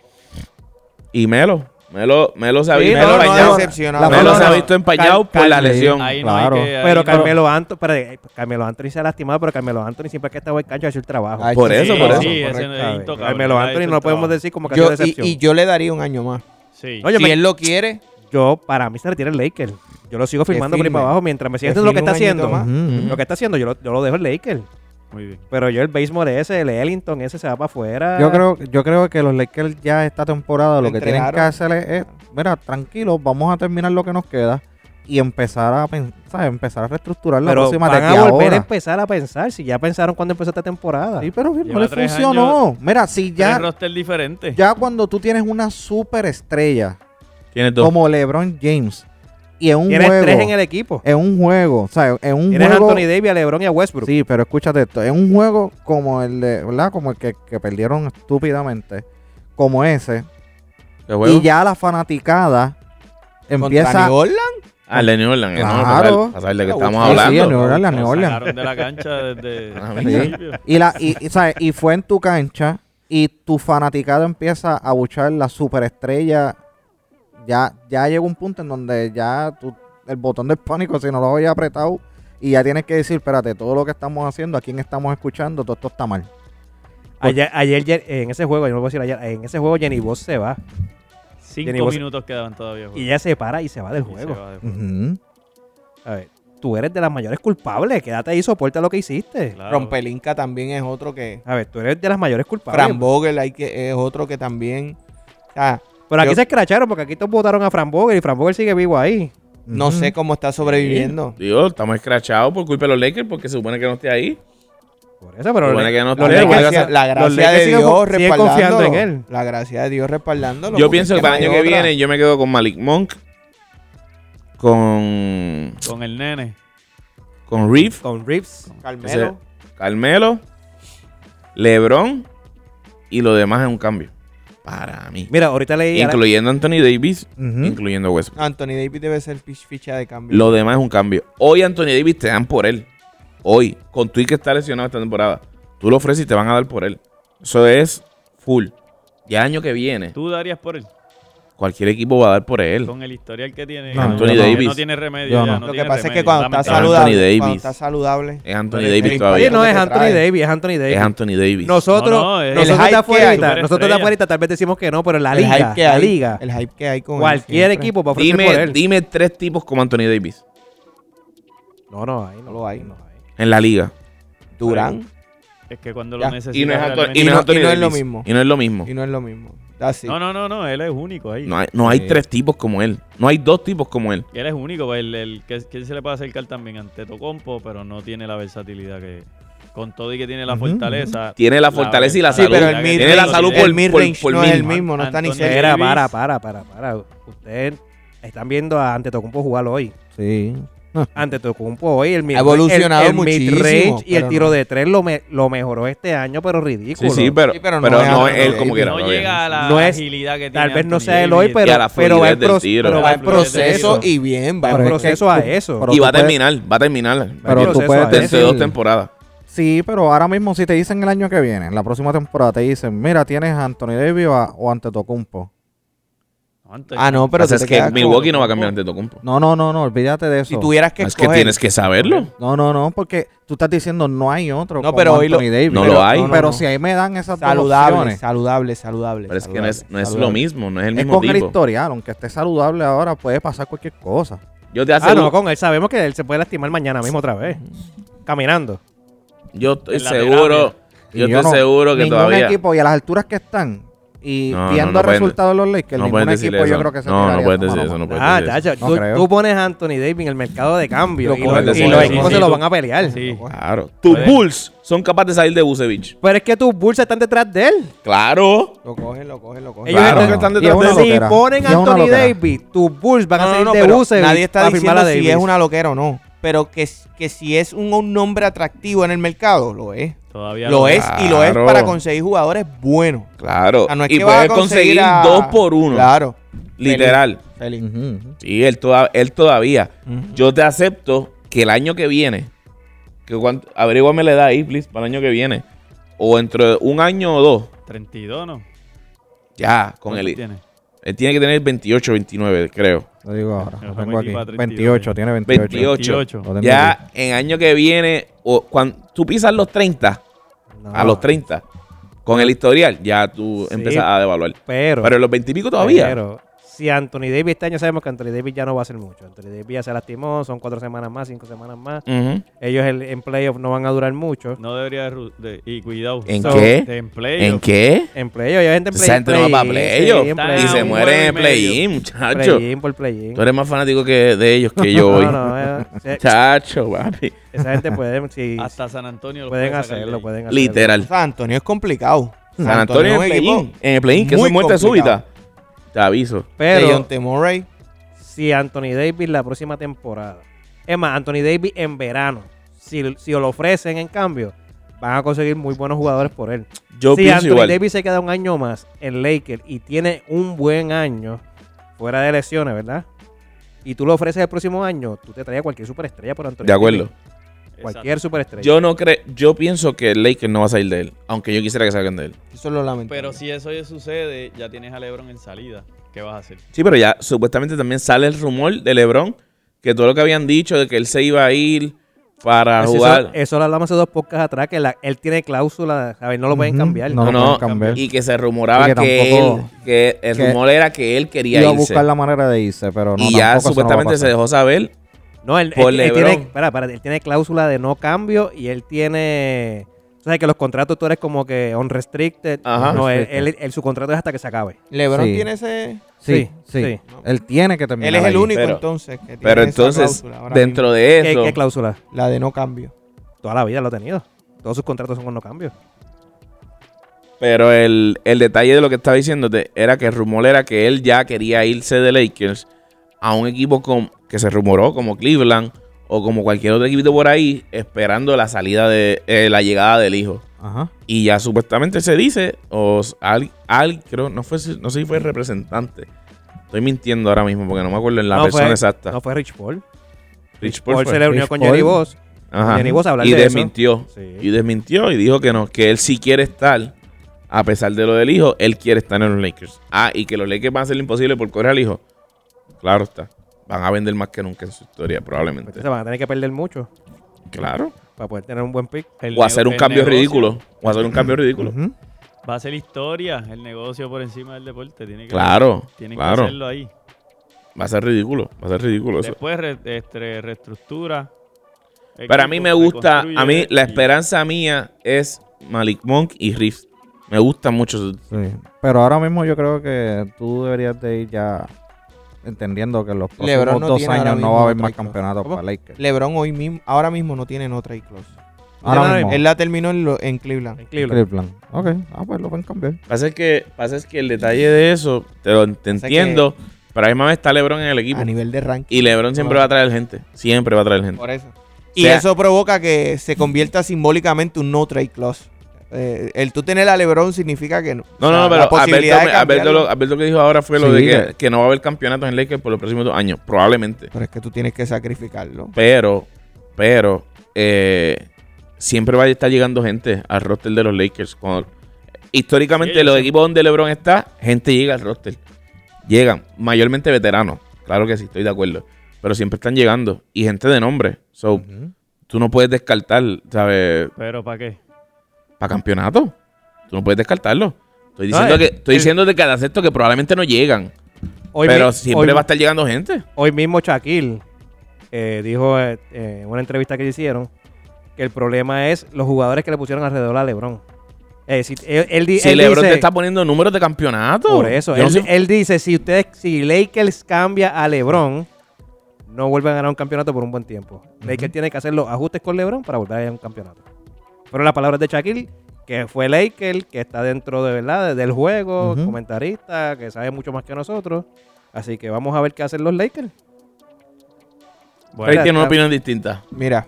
Speaker 3: Y Melo, Melo, Melo se ha
Speaker 2: Sí,
Speaker 3: visto
Speaker 2: no, no,
Speaker 3: empañado.
Speaker 2: no,
Speaker 1: decepcionado.
Speaker 4: la
Speaker 3: Melo
Speaker 4: no,
Speaker 3: se ha
Speaker 4: no.
Speaker 3: visto empañado
Speaker 4: Cal-
Speaker 3: por la
Speaker 4: Cal-
Speaker 3: lesión.
Speaker 5: Ahí
Speaker 4: claro.
Speaker 5: no hay que. ahí
Speaker 2: Pero
Speaker 5: no-
Speaker 2: Carmelo Anthony, espérate, Carmelo Anthony se ha lastimado, pero Carmelo Anthony siempre que ha estado en cancha ha hecho el trabajo.
Speaker 4: Ha hecho
Speaker 3: por
Speaker 5: Sí,
Speaker 3: eso, por eso.
Speaker 5: Sí, ese no
Speaker 4: correcto.
Speaker 2: A
Speaker 5: es
Speaker 2: ver,
Speaker 5: intocable.
Speaker 2: Carmelo
Speaker 5: Ha hecho
Speaker 2: Anthony
Speaker 5: el
Speaker 2: no lo podemos
Speaker 5: trabajo.
Speaker 2: decir como que ha
Speaker 1: Yo-
Speaker 2: sido
Speaker 1: y,
Speaker 2: decepción.
Speaker 1: y yo le daría un año más.
Speaker 5: Sí.
Speaker 2: Oye,
Speaker 1: si
Speaker 2: me-
Speaker 1: él lo quiere,
Speaker 2: yo para mí se retira el Laker. Yo lo sigo
Speaker 1: Que
Speaker 2: firmando por ahí
Speaker 1: firme.
Speaker 2: para abajo mientras me siga
Speaker 1: Que
Speaker 2: haciendo lo que
Speaker 1: firme
Speaker 2: está
Speaker 1: un añito
Speaker 2: haciendo.
Speaker 1: más.
Speaker 4: Ujú.
Speaker 2: Lo que está haciendo, yo lo, yo lo dejo el Laker.
Speaker 5: Muy bien.
Speaker 2: Pero yo el baseball ese, el Ellington ese se va para afuera.
Speaker 4: Yo creo, yo creo que los Lakers ya esta temporada lo que tienen que
Speaker 1: Entregaron.
Speaker 4: hacer es, es, mira, tranquilos, vamos a terminar lo que nos queda y empezar a pensar, empezar a reestructurar la
Speaker 2: pero
Speaker 4: próxima
Speaker 2: van
Speaker 4: desde
Speaker 2: a volver
Speaker 4: ahora.
Speaker 2: a empezar a pensar si ya pensaron cuando empezó esta temporada.
Speaker 4: Sí, pero no
Speaker 5: Lleva
Speaker 4: le
Speaker 5: tres
Speaker 4: funcionó. Mira, si
Speaker 5: Ya.
Speaker 4: ya,
Speaker 5: Tres roster diferentes.
Speaker 4: ya cuando tú tienes una superestrella
Speaker 3: Tiene dos.
Speaker 4: como LeBron James y en un
Speaker 2: Tienes
Speaker 4: juego,
Speaker 2: tres en el equipo.
Speaker 4: en un juego, o sea, en un
Speaker 2: Tienes a
Speaker 4: juego
Speaker 2: Anthony Davis, a LeBron y a Westbrook.
Speaker 4: Sí, pero escúchate esto. Es un juego como el de, ¿verdad? Como el que, que perdieron estúpidamente. Como ese.
Speaker 3: ¿Qué juego?
Speaker 4: Y ya la fanaticada
Speaker 1: contra
Speaker 4: empieza.
Speaker 1: New Orleans,
Speaker 3: Ah, el de New Orleans.
Speaker 4: Claro.
Speaker 3: no, para saber- para saber de qué
Speaker 1: Sí,
Speaker 3: estamos
Speaker 1: Ah, sí,
Speaker 4: Sí, a
Speaker 3: hablando.
Speaker 4: New Orleans, a New
Speaker 5: Lo
Speaker 4: Orleans.
Speaker 5: sacaron de la
Speaker 3: (laughs)
Speaker 5: cancha desde
Speaker 3: Ah,
Speaker 5: el
Speaker 4: mira.
Speaker 5: principio.
Speaker 4: Y, la, y, y, ¿sabes? y fue en tu cancha y tu fanaticada empieza a buchar la superestrella. Ya, ya llegó un punto en donde ya tú, el botón del pánico si no lo había apretado. Y ya tienes que decir, espérate, todo lo que estamos haciendo, a quién estamos escuchando, todo esto está mal.
Speaker 2: Ayer, ayer, Jen- en ese juego, yo no lo voy a decir ayer, en ese juego Jenny Boss se va.
Speaker 5: Cinco
Speaker 2: Jenny, vos-
Speaker 5: minutos quedaban
Speaker 2: Y
Speaker 5: todavía. juego.
Speaker 2: ella se para y se va del
Speaker 5: Y se
Speaker 2: juego.
Speaker 5: va del juego.
Speaker 4: Ujú.
Speaker 2: A ver, tú eres de las mayores culpables. Quédate ahí y soporta lo que hiciste.
Speaker 5: Claro.
Speaker 1: Rompelinca también es otro que.
Speaker 2: A ver, tú eres de las mayores culpables.
Speaker 1: Fran Vogel hay que, es otro que también. O sea,
Speaker 2: Pero aquí
Speaker 1: Yo-
Speaker 2: se escracharon porque aquí todos votaron a Fran Boger y Fran Boger sigue vivo ahí.
Speaker 1: no
Speaker 4: Ujú.
Speaker 1: sé cómo está sobreviviendo.
Speaker 3: Digo, estamos escrachados por culpa de los Lakers porque se supone que no esté ahí.
Speaker 2: Por eso, pero
Speaker 3: Bueno,
Speaker 2: los-
Speaker 3: que no-
Speaker 2: los
Speaker 3: Los
Speaker 1: la,
Speaker 2: Lakers-
Speaker 3: Lakers-
Speaker 1: gracia, la
Speaker 2: los
Speaker 1: gracia
Speaker 2: Lakers
Speaker 1: de
Speaker 2: siguen
Speaker 1: Dios
Speaker 2: co- siguen
Speaker 1: respaldándolo.
Speaker 2: confiando en él.
Speaker 1: La gracia de Dios respaldándolo.
Speaker 3: Yo
Speaker 1: porque
Speaker 3: pienso
Speaker 1: es
Speaker 3: que para el
Speaker 1: no
Speaker 3: año
Speaker 1: hay
Speaker 3: que
Speaker 1: otra.
Speaker 3: viene yo me quedo con Malik Monk, con,
Speaker 5: Con el nene.
Speaker 3: con Reef,
Speaker 2: Con Reeves.
Speaker 1: Carmelo.
Speaker 3: Carmelo, LeBron y lo demás es un cambio. Para mí.
Speaker 2: Mira, ahorita leí.
Speaker 3: Incluyendo Anthony Davis,
Speaker 1: ¿Mm?
Speaker 4: Ujú.
Speaker 3: incluyendo Westbrook.
Speaker 1: Anthony Davis debe ser fich- ficha de cambio.
Speaker 3: Lo demás es un cambio. Hoy Anthony Davis te dan por él. Hoy, con tu que está lesionado esta temporada, tú lo ofreces y te van a dar por él. Eso es full. Ya el año que viene,
Speaker 5: Tú darías por él.
Speaker 3: cualquier equipo va a dar por él.
Speaker 5: Con el historial que tiene.
Speaker 2: No,
Speaker 3: Anthony
Speaker 5: tiene-
Speaker 3: Davis.
Speaker 5: No tiene remedio.
Speaker 2: Yo no.
Speaker 5: ya, no
Speaker 1: Lo que
Speaker 5: tiene
Speaker 1: pasa es que
Speaker 5: remedio,
Speaker 1: cuando está
Speaker 5: lamentablemente.
Speaker 1: saludable,
Speaker 3: saludable- Anthony Davis.
Speaker 1: cuando está saludable,
Speaker 3: Es Anthony
Speaker 1: Pero-
Speaker 3: Davis
Speaker 1: el-
Speaker 3: todavía.
Speaker 2: Oye, no eh,
Speaker 1: que
Speaker 2: es
Speaker 1: te
Speaker 2: Anthony
Speaker 1: trae.
Speaker 2: Davis, es Anthony Davis.
Speaker 3: Es Anthony Davis.
Speaker 2: Nosotros,
Speaker 5: No, no, el
Speaker 2: nosotros
Speaker 1: hype
Speaker 2: de
Speaker 1: que
Speaker 2: afuera,
Speaker 1: hay.
Speaker 2: nosotros de
Speaker 5: Superestrella.
Speaker 2: afuera tal vez decimos que no, pero en la
Speaker 1: el
Speaker 2: liga,
Speaker 1: hype que
Speaker 2: la
Speaker 1: hay,
Speaker 2: liga,
Speaker 1: el hype que hay con él
Speaker 2: cualquier
Speaker 1: siempre.
Speaker 2: equipo va a ofrecer por
Speaker 3: Dime,
Speaker 2: él.
Speaker 3: dime tres tipos como Anthony Davis
Speaker 2: No, no, ahí no,
Speaker 1: No lo hay.
Speaker 2: no
Speaker 3: en la liga.
Speaker 1: Durán
Speaker 5: Es que cuando
Speaker 1: Ya.
Speaker 5: lo necesitas.
Speaker 3: Y no es, Anto-
Speaker 5: realmente-
Speaker 3: y no es
Speaker 1: no-
Speaker 3: Anthony
Speaker 1: y no es lo
Speaker 3: Davis.
Speaker 1: mismo.
Speaker 3: Y no es lo mismo.
Speaker 1: y no es lo mismo. Así.
Speaker 5: No, no, no, no, él es único ahí.
Speaker 3: No hay, no hay
Speaker 2: Sí.
Speaker 3: tres tipos como él. No hay dos tipos como él.
Speaker 5: Él es único, pues, el, el que, que se le puede acercar también ante Tocompo, pero no tiene la versatilidad que. Con todo y que tiene la
Speaker 4: Ujú,
Speaker 5: fortaleza.
Speaker 3: Tiene la fortaleza y la
Speaker 1: Sí,
Speaker 5: versatilidad
Speaker 3: salud.
Speaker 1: pero el
Speaker 5: que
Speaker 1: mid-
Speaker 3: Tiene la salud por-
Speaker 1: el mid-range
Speaker 3: por
Speaker 1: no es el
Speaker 3: mil.
Speaker 1: mismo, no está ni
Speaker 5: Anthony
Speaker 1: cerca.
Speaker 2: Espera,
Speaker 5: Davis.
Speaker 2: para, para, para, para. Ustedes están viendo a Antetokounmpo jugar hoy.
Speaker 4: Sí.
Speaker 2: Antetokounmpo hoy, el mid-
Speaker 1: Ha evolucionado
Speaker 2: el, el
Speaker 1: muchísimo,
Speaker 2: mid-range y el
Speaker 1: pero
Speaker 2: tiro
Speaker 1: no.
Speaker 2: de tres lo, me- lo mejoró este año, pero ridículo.
Speaker 3: Sí, sí, pero,
Speaker 1: Sí,
Speaker 3: pero,
Speaker 1: pero no
Speaker 3: no,
Speaker 1: es
Speaker 3: es
Speaker 1: Anthony
Speaker 3: él como
Speaker 1: Davis.
Speaker 3: quiera.
Speaker 5: eh, No
Speaker 3: todavía.
Speaker 5: llega a la
Speaker 2: No es-
Speaker 5: agilidad que tiene.
Speaker 2: Tal vez no
Speaker 5: Anthony
Speaker 2: sea el
Speaker 5: Davis.
Speaker 2: hoy, pero,
Speaker 3: Y a la
Speaker 2: pero va
Speaker 3: fluidez
Speaker 2: el
Speaker 3: del
Speaker 2: proceso.
Speaker 3: tiro.
Speaker 2: Pero va el
Speaker 5: Pero el
Speaker 2: proceso.
Speaker 1: Proceso y bien, va
Speaker 2: Va el
Speaker 1: porque-
Speaker 2: proceso a eso.
Speaker 4: pero
Speaker 3: Y
Speaker 4: tú
Speaker 3: va a
Speaker 4: puedes-
Speaker 3: terminar, va a terminar.
Speaker 4: Pero
Speaker 2: Pero
Speaker 4: tú
Speaker 2: eso
Speaker 4: puedes
Speaker 2: es
Speaker 3: Dentro de Este, dos
Speaker 4: decir-
Speaker 3: temporadas.
Speaker 4: Sí, pero ahora mismo si te dicen el año que viene, en la próxima temporada te dicen, mira, tienes a Anthony Davis o, a- o ante Tocumpo.
Speaker 5: Antes-
Speaker 1: Ah, no, pero
Speaker 3: Pero
Speaker 1: tú
Speaker 3: es
Speaker 1: te
Speaker 3: que
Speaker 1: quedas con-
Speaker 3: Milwaukee no va a cambiar ante Tocumpo.
Speaker 4: No, no, no, no, olvídate de eso.
Speaker 1: Si tuvieras que
Speaker 3: Es que
Speaker 1: escoger-
Speaker 3: tienes que saberlo.
Speaker 4: No, no, no, porque tú estás diciendo no hay otro.
Speaker 1: No,
Speaker 4: como
Speaker 1: pero hoy lo-
Speaker 4: Anthony Davis.
Speaker 3: No
Speaker 4: Pero-
Speaker 3: lo hay.
Speaker 4: no, no, Pero si ahí me dan esas dos
Speaker 1: saludable,
Speaker 4: opciones,
Speaker 1: saludable, saludable.
Speaker 3: Pero es que no
Speaker 1: saludable,
Speaker 3: es, no es lo
Speaker 1: saludable.
Speaker 3: mismo, no es el
Speaker 4: es
Speaker 3: mismo
Speaker 4: con el
Speaker 3: tipo.
Speaker 4: historial, aunque esté saludable ahora, puede pasar cualquier cosa.
Speaker 3: Yo te
Speaker 2: Ah, no,
Speaker 3: aseguro,
Speaker 2: con él sabemos que él se puede lastimar mañana mismo otra vez. Caminando.
Speaker 3: yo estoy
Speaker 5: En la
Speaker 3: seguro,
Speaker 4: Y
Speaker 3: yo
Speaker 4: yo
Speaker 3: estoy
Speaker 4: no-
Speaker 3: seguro que
Speaker 4: ningún
Speaker 3: todavía
Speaker 4: equipo y a las alturas que están y
Speaker 3: No, no,
Speaker 4: viendo
Speaker 3: no
Speaker 4: el
Speaker 3: pueden-
Speaker 4: resultado de los Lakers,
Speaker 3: no pueden
Speaker 4: ningún
Speaker 3: decir
Speaker 4: equipo
Speaker 3: eso.
Speaker 4: yo creo que se
Speaker 3: No, no
Speaker 4: tiraría
Speaker 3: pueden
Speaker 4: esa
Speaker 3: decir
Speaker 4: mano.
Speaker 3: eso, no pueden
Speaker 2: Ah,
Speaker 3: decir eso.
Speaker 2: chacho,
Speaker 4: No
Speaker 2: tú,
Speaker 4: creo.
Speaker 2: tú pones a Anthony Davis en el mercado de cambio
Speaker 4: Lo
Speaker 2: y,
Speaker 4: cogen
Speaker 2: los,
Speaker 3: de
Speaker 2: y los
Speaker 3: fuera.
Speaker 2: equipos
Speaker 5: Sí,
Speaker 2: se lo
Speaker 5: tú-
Speaker 2: van a pelear.
Speaker 5: Sí.
Speaker 3: Claro. Tus
Speaker 5: Puede-
Speaker 3: Bulls son capaces de salir de Busevich.
Speaker 2: Pero es que tus Bulls están detrás de él.
Speaker 3: Claro.
Speaker 1: Lo cogen, lo cogen, lo cogen.
Speaker 2: Ellos
Speaker 3: Claro
Speaker 2: están-
Speaker 3: que están
Speaker 4: Y
Speaker 3: detrás
Speaker 4: es una
Speaker 3: de él.
Speaker 2: Si
Speaker 4: loquera.
Speaker 2: ponen
Speaker 4: Y es
Speaker 2: a
Speaker 4: una
Speaker 2: Anthony
Speaker 4: loquera.
Speaker 2: Davis, tus Bulls van
Speaker 1: No,
Speaker 2: a
Speaker 1: no,
Speaker 2: salir
Speaker 1: no,
Speaker 2: de
Speaker 1: pero
Speaker 2: Busevich
Speaker 1: nadie está
Speaker 2: para firmar
Speaker 1: diciendo
Speaker 2: a
Speaker 1: si
Speaker 2: Davis.
Speaker 1: es una loquera o no. Pero que, s- que si es un, un nombre atractivo en el mercado, lo es.
Speaker 5: Todavía
Speaker 1: Lo es y lo es
Speaker 3: Claro.
Speaker 1: para conseguir jugadores buenos.
Speaker 3: Claro.
Speaker 1: O sea, Ah, no es
Speaker 3: y
Speaker 1: que vas a
Speaker 3: puedes conseguir
Speaker 1: a-
Speaker 3: dos por uno.
Speaker 1: Claro.
Speaker 3: Literal.
Speaker 1: Feliz.
Speaker 4: Ujú.
Speaker 3: Sí, él, toda- él todavía. Yo te acepto que el año que viene, que cuan- averíguame la edad ahí, please, para el año que viene, o entre un año o dos,
Speaker 5: 32, ¿no?
Speaker 3: ya, con
Speaker 5: ¿Cuánto
Speaker 3: él.
Speaker 5: tiene?
Speaker 3: Él tiene que tener 28, 29, creo.
Speaker 4: Lo digo ahora,
Speaker 5: Pero
Speaker 4: lo
Speaker 5: fue
Speaker 4: tengo
Speaker 5: equipo a
Speaker 4: aquí.
Speaker 5: 32,
Speaker 4: 28,
Speaker 5: eh.
Speaker 4: tiene 28.
Speaker 3: 28.
Speaker 5: 28.
Speaker 4: Lo tengo
Speaker 3: Ya en año que viene, o cuando tú pisas los 30,
Speaker 2: No,
Speaker 3: a los 30, con el historial, ya tú
Speaker 2: Sí.
Speaker 3: empiezas a devaluar.
Speaker 2: Pero,
Speaker 3: Pero en los 20 y pico todavía.
Speaker 2: pero si Anthony Davis este año sabemos que Anthony Davis ya no va a hacer mucho. Anthony Davis ya se lastimó, son cuatro semanas más, cinco semanas más.
Speaker 3: Ujú.
Speaker 2: Ellos el- en playoff no van a durar mucho.
Speaker 5: No debería de, ru- de- Y cuidado.
Speaker 3: ¿En
Speaker 5: So,
Speaker 3: qué?
Speaker 5: de
Speaker 3: ¿En
Speaker 5: empleo.
Speaker 3: qué?
Speaker 2: En playoff, ya gente en
Speaker 3: Esa gente no va
Speaker 2: play-in,
Speaker 3: para
Speaker 2: sí,
Speaker 3: playoff.
Speaker 2: en
Speaker 5: play-in.
Speaker 3: Y se
Speaker 5: Un
Speaker 3: mueren en
Speaker 5: juego y medio.
Speaker 3: play-in, muchacho.
Speaker 2: Play-in por play-in.
Speaker 3: Tú eres más fanático que de ellos que yo hoy.
Speaker 2: (laughs) No, no,
Speaker 3: (laughs)
Speaker 2: eh, se-
Speaker 3: Chacho, papi.
Speaker 2: esa gente puede, sí,
Speaker 5: Hasta San Antonio lo
Speaker 2: pueden
Speaker 5: puede sacar de
Speaker 2: hacerlo,
Speaker 5: ahí.
Speaker 2: pueden hacerlo.
Speaker 1: O
Speaker 3: Liteal.
Speaker 1: sea, Antonio es complicado.
Speaker 3: San Antonio en
Speaker 1: es
Speaker 3: el
Speaker 1: un
Speaker 3: play-in.
Speaker 1: equipo
Speaker 3: En el play-in, que eso
Speaker 1: muy
Speaker 3: es muerte
Speaker 1: complicado.
Speaker 3: súbita. Te aviso.
Speaker 1: de
Speaker 2: Pero
Speaker 1: Dejounte Murray.
Speaker 2: si Anthony Davis la próxima temporada, es más, Anthony Davis en verano, si, si lo ofrecen en cambio, van a conseguir muy buenos jugadores por él.
Speaker 3: Yo
Speaker 2: si
Speaker 3: pienso
Speaker 2: Anthony
Speaker 3: igual.
Speaker 2: Davis se queda un año más en Lakers y tiene un buen año fuera de lesiones, ¿verdad? Y tú lo ofreces el próximo año, tú te traes a cualquier superestrella por Anthony
Speaker 3: de acuerdo.
Speaker 2: Davis.
Speaker 5: Exacto.
Speaker 2: Cualquier superestrella.
Speaker 3: Yo no creo, yo pienso que el Lakers no va a salir de él, aunque yo quisiera que salgan de él.
Speaker 1: Eso es lo lamentable.
Speaker 5: Pero si eso ya sucede, ya tienes a LeBron en salida. ¿Qué vas a hacer?
Speaker 3: Sí, pero ya supuestamente también sale el rumor de LeBron que todo lo que habían dicho de que él se iba a ir para
Speaker 2: Eso-
Speaker 3: jugar.
Speaker 2: Eso, lo hablamos hace dos podcasts atrás, que la- él tiene cláusula, ¿sabes? No lo pueden
Speaker 4: Ujú,
Speaker 2: cambiar.
Speaker 4: no
Speaker 3: no,
Speaker 4: lo
Speaker 3: no,
Speaker 4: pueden cambiar.
Speaker 3: y que se rumoraba
Speaker 4: Y que
Speaker 3: que,
Speaker 4: tampoco-
Speaker 3: él, que el
Speaker 4: que
Speaker 3: rumor era que él quería
Speaker 4: Iba a
Speaker 3: irse.
Speaker 4: buscar la manera de irse, pero no.
Speaker 3: y ya
Speaker 4: tampoco eso no va a
Speaker 3: supuestamente se
Speaker 4: pasar.
Speaker 3: dejó saber.
Speaker 2: No, él,
Speaker 3: Por
Speaker 2: él- él
Speaker 3: LeBron.
Speaker 2: tiene, espera, espera, él tiene cláusula de no cambio y él tiene... O sea, que los contratos tú eres como que on restricted.
Speaker 3: Ajá.
Speaker 2: No, él,
Speaker 4: Restricted.
Speaker 2: él- él- su contrato es hasta que se acabe.
Speaker 1: LeBron
Speaker 4: Sí.
Speaker 1: tiene ese.
Speaker 4: Sí, sí.
Speaker 2: Sí, sí.
Speaker 4: Él tiene que terminar.
Speaker 1: Él es el
Speaker 4: ahí.
Speaker 1: único
Speaker 3: Pero-
Speaker 1: entonces que tiene
Speaker 3: Pero
Speaker 1: esa
Speaker 3: entonces,
Speaker 1: cláusula ahora
Speaker 3: dentro de
Speaker 2: ¿Qué,
Speaker 3: eso,
Speaker 2: qué cláusula?
Speaker 1: mismo, la de no cambio.
Speaker 2: Toda la vida lo ha tenido. Todos sus contratos son con no cambio.
Speaker 3: pero el, el detalle de lo que estaba diciéndote era que el rumor era que él ya quería irse de Lakers a un equipo con- que se rumoró como Cleveland o como cualquier otro equipo por ahí, esperando la salida de eh, la llegada del hijo.
Speaker 4: Ajá.
Speaker 3: Y ya supuestamente se dice, o s- al, al- creo, no, fue, si- no sé si fue el representante. Estoy mintiendo ahora mismo porque no me acuerdo en la
Speaker 2: No,
Speaker 3: persona
Speaker 2: fue-
Speaker 3: exacta.
Speaker 2: No fue Rich Paul.
Speaker 3: Rich Paul
Speaker 2: Paul
Speaker 3: fue.
Speaker 2: se le reunió
Speaker 4: Rich
Speaker 2: con Jerry
Speaker 4: Paul.
Speaker 2: Boss.
Speaker 3: Ajá.
Speaker 2: Jenny Boss a hablar
Speaker 3: Y
Speaker 2: de eso.
Speaker 3: desmintió.
Speaker 2: Sí.
Speaker 3: Y desmintió y dijo que no, que él sí quiere estar, a pesar de lo del hijo, él quiere estar en los Lakers. Ah, y que los Lakers van a hacer lo imposible por correr al hijo. Claro está. Van a vender más que nunca en su historia, probablemente.
Speaker 2: Entonces pues,
Speaker 5: Pues,
Speaker 2: van a tener que perder mucho
Speaker 3: Claro.
Speaker 2: para poder tener un buen pick.
Speaker 5: El
Speaker 3: O hacer
Speaker 5: nego-
Speaker 3: un
Speaker 5: el
Speaker 3: cambio
Speaker 5: negocio
Speaker 3: ridículo. O hacer un cambio ridículo.
Speaker 4: Ujú.
Speaker 5: Va a ser historia, el negocio por encima del deporte. Tiene que,
Speaker 3: Claro,
Speaker 5: tienen que
Speaker 3: claro.
Speaker 5: hacerlo ahí.
Speaker 3: Va a ser ridículo. Va a ser ridículo eso.
Speaker 5: Después re- este, reestructura.
Speaker 3: Pero a mí me
Speaker 5: equipo,
Speaker 3: gusta, a mí
Speaker 5: reconstruye
Speaker 3: la
Speaker 5: y-
Speaker 3: esperanza mía es Malik Monk y Riff. Me gustan mucho. sus-
Speaker 4: Sí. Pero ahora mismo yo creo que tú deberías de ir ya entendiendo que en los próximos
Speaker 1: LeBron no
Speaker 4: dos
Speaker 1: tiene ahora
Speaker 4: años no
Speaker 1: mismo
Speaker 4: va a haber
Speaker 1: otro
Speaker 4: más
Speaker 1: equipo.
Speaker 4: campeonatos
Speaker 2: ¿Cómo?
Speaker 4: para Lakers.
Speaker 1: LeBron hoy mismo, ahora mismo no tiene no trade clause.
Speaker 4: Ahora
Speaker 2: ahora
Speaker 4: mismo.
Speaker 1: Él la terminó en, lo- en Cleveland.
Speaker 2: En Cleveland.
Speaker 4: Cleveland. Ok. Ah, pues lo pueden cambiar.
Speaker 3: Pasa es que, pasa es que el detalle de eso, te, lo, te
Speaker 1: que-
Speaker 3: entiendo, pero a la misma vez está Lebron en el equipo.
Speaker 1: A nivel de ranking.
Speaker 3: Y Lebron siempre
Speaker 1: Claro.
Speaker 3: va a traer gente. Siempre va a traer gente.
Speaker 1: Ah. Por eso. Y
Speaker 3: O sea-
Speaker 1: eso provoca que se convierta simbólicamente un no trade clause. Eh, el tú tener a LeBron significa que no.
Speaker 3: No,
Speaker 1: O sea,
Speaker 3: no, no,
Speaker 1: la
Speaker 3: pero Alberto,
Speaker 1: posibilidad de
Speaker 3: me- Alberto
Speaker 1: cambiarlo-
Speaker 3: lo, Alberto lo que dijo ahora fue lo
Speaker 4: Sí,
Speaker 3: de que,
Speaker 4: que-
Speaker 3: que no va a haber campeonatos en Lakers por los próximos dos años. Probablemente.
Speaker 1: Pero es que tú tienes que sacrificarlo.
Speaker 3: Pero, pero, eh, siempre va a estar llegando gente al roster de los Lakers. Cuando- históricamente,
Speaker 5: Sí, yo
Speaker 3: los
Speaker 5: sé.
Speaker 3: equipos donde LeBron está, gente llega al roster. Llegan, mayormente veteranos. Claro que sí, estoy de acuerdo. Pero siempre están llegando. Y gente de nombre. So,
Speaker 1: Ujú.
Speaker 3: tú no puedes descartar, ¿sabes?
Speaker 5: Pero ¿para qué?
Speaker 3: Para campeonato. Tú no puedes descartarlo. Estoy
Speaker 2: No,
Speaker 3: diciendo
Speaker 2: el-
Speaker 5: eh,
Speaker 3: que, estoy
Speaker 2: el-
Speaker 3: diciendo de cada sexto que probablemente no llegan.
Speaker 2: Hoy
Speaker 3: pero
Speaker 2: mi-
Speaker 3: siempre
Speaker 2: hoy-
Speaker 3: va a estar llegando gente.
Speaker 2: Hoy mismo Shaquille eh, dijo eh, eh, en una entrevista que le hicieron que el problema es los jugadores que le pusieron alrededor a LeBron. Eh, si, él, él di-
Speaker 3: Si
Speaker 2: él
Speaker 3: LeBron
Speaker 2: dice-
Speaker 3: te está poniendo números de campeonato.
Speaker 2: Por eso.
Speaker 3: Yo no
Speaker 2: Él,
Speaker 3: sé-
Speaker 5: eh,
Speaker 2: él dice, si ustedes, si Lakers cambia a LeBron, no vuelven a ganar un campeonato por un buen tiempo. Lakers tiene que hacer los ajustes con LeBron para volver a ganar un campeonato. Fueron las palabras de Shaquille, que fue Lakers, que está dentro de verdad De- del juego,
Speaker 4: Ujú.
Speaker 2: comentarista, que sabe mucho más que nosotros. Así que vamos a ver qué hacen los Lakers.
Speaker 5: Bueno,
Speaker 3: Rey tiene una
Speaker 2: está-
Speaker 3: opinión distinta.
Speaker 1: Mira,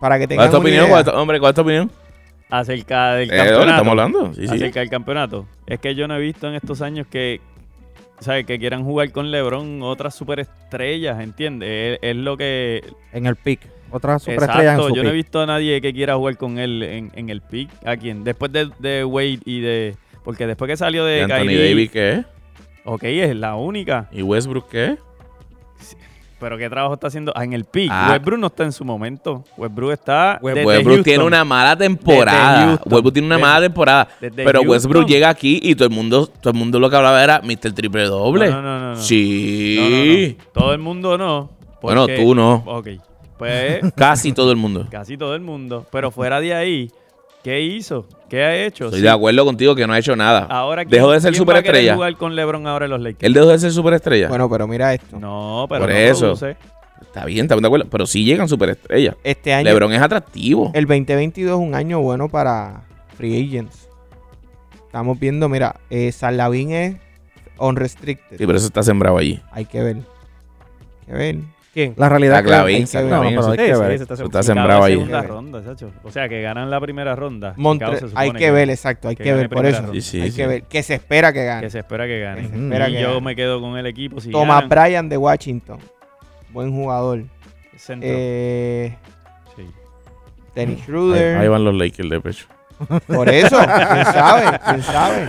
Speaker 1: para que
Speaker 3: ¿Cuál
Speaker 1: tengas
Speaker 3: es tu
Speaker 1: una
Speaker 3: opinión?
Speaker 1: idea,
Speaker 3: ¿Cuál es tu- hombre, ¿cuál es tu opinión?
Speaker 5: acerca del
Speaker 3: Eh, ¿dónde estamos
Speaker 5: campeonato.
Speaker 3: hablando. Sí, sí.
Speaker 5: acerca del campeonato. Es que yo no he visto en estos años que, ¿sabes? Que quieran jugar con LeBron otras superestrellas, ¿entiendes? Es, es lo que...
Speaker 4: En el pick. Otra superestrella en
Speaker 5: Exacto,
Speaker 4: su
Speaker 5: yo no he
Speaker 4: pick.
Speaker 5: visto a nadie que quiera jugar con él en, en el pick. ¿A quién? Después de, de Wade y de... Porque después que salió
Speaker 3: ¿Y
Speaker 5: de
Speaker 3: Anthony
Speaker 5: Kyrie-
Speaker 3: Davis qué es?
Speaker 5: Ok, es la única.
Speaker 3: ¿Y Westbrook qué es?
Speaker 5: Pero ¿qué trabajo está haciendo? Ah, en el pick.
Speaker 3: Ah.
Speaker 5: Westbrook no está en su momento. Westbrook está
Speaker 2: West-
Speaker 5: desde
Speaker 3: Westbrook tiene
Speaker 5: Houston.
Speaker 3: una mala temporada.
Speaker 5: Desde Houston.
Speaker 3: Westbrook tiene una
Speaker 5: Desde-
Speaker 3: mala temporada.
Speaker 5: Desde
Speaker 3: Pero
Speaker 5: Houston.
Speaker 3: Westbrook llega aquí y todo el mundo, todo el mundo lo que hablaba era Mr. Triple Doble.
Speaker 5: No, no, no, no, no. No, no,
Speaker 3: Sí.
Speaker 5: no. Todo el mundo no.
Speaker 3: Bueno,
Speaker 5: porque-
Speaker 3: tú no.
Speaker 5: Ok. Pues
Speaker 3: Casi todo el mundo.
Speaker 5: casi todo el mundo. Pero fuera de ahí, ¿qué hizo? ¿Qué ha hecho?
Speaker 3: Estoy
Speaker 5: Sí.
Speaker 3: de acuerdo contigo que no ha hecho nada.
Speaker 5: Ahora, ¿quién-
Speaker 3: Dejó de ser
Speaker 5: quién va a querer
Speaker 3: superestrella.
Speaker 5: jugar con LeBron ahora en los Lakers?
Speaker 3: Él dejó de ser superestrella.
Speaker 1: Bueno, pero mira esto.
Speaker 5: No, pero
Speaker 3: Eh, Por
Speaker 5: no
Speaker 3: eso.
Speaker 5: produce.
Speaker 3: Está bien, estamos de acuerdo. Pero sí llegan superestrellas.
Speaker 1: Este año,
Speaker 3: LeBron es atractivo.
Speaker 1: el 2022 es un año bueno para free agents. Estamos viendo, mira, eh, San Lavín es unrestricted.
Speaker 3: Sí, pero eso está sembrado allí.
Speaker 1: Hay que ver. Hay que ver.
Speaker 2: ¿Quién?
Speaker 4: La realidad
Speaker 3: La
Speaker 4: que-
Speaker 3: clavín,
Speaker 4: hay que
Speaker 3: la
Speaker 4: ver.
Speaker 3: clavín,
Speaker 4: No,
Speaker 3: eso
Speaker 4: pero hay
Speaker 2: Sí,
Speaker 4: que
Speaker 2: sí,
Speaker 4: ver.
Speaker 2: se está
Speaker 3: Eso
Speaker 2: haciendo-
Speaker 3: está
Speaker 5: Y
Speaker 3: sembrado
Speaker 5: acaba
Speaker 3: ahí.
Speaker 5: segunda
Speaker 1: Hay que ver.
Speaker 5: ronda, chacho. O sea, que ganan la primera ronda.
Speaker 1: Montre-
Speaker 5: Chicago se supone
Speaker 1: hay que ver, exacto, hay
Speaker 5: que
Speaker 1: que,
Speaker 5: gane
Speaker 1: ver. Por
Speaker 5: primera
Speaker 1: eso,
Speaker 3: Sí,
Speaker 5: ronda.
Speaker 3: sí,
Speaker 1: hay
Speaker 3: sí.
Speaker 1: que ver. Que se espera que gane.
Speaker 5: Que se espera que
Speaker 1: Que se
Speaker 5: gane.
Speaker 4: Mm.
Speaker 1: espera
Speaker 5: y
Speaker 1: que
Speaker 5: yo
Speaker 1: gane.
Speaker 5: me quedo con el equipo. Si
Speaker 1: Thomas
Speaker 5: ganan,
Speaker 1: Bryan de Washington. Buen jugador.
Speaker 5: centro.
Speaker 1: Eh,
Speaker 5: Sí.
Speaker 1: Dennis
Speaker 3: Ahí,
Speaker 1: Schroeder.
Speaker 3: ahí van los Lakers de pecho.
Speaker 1: Por eso, quién sabe, quién sabe.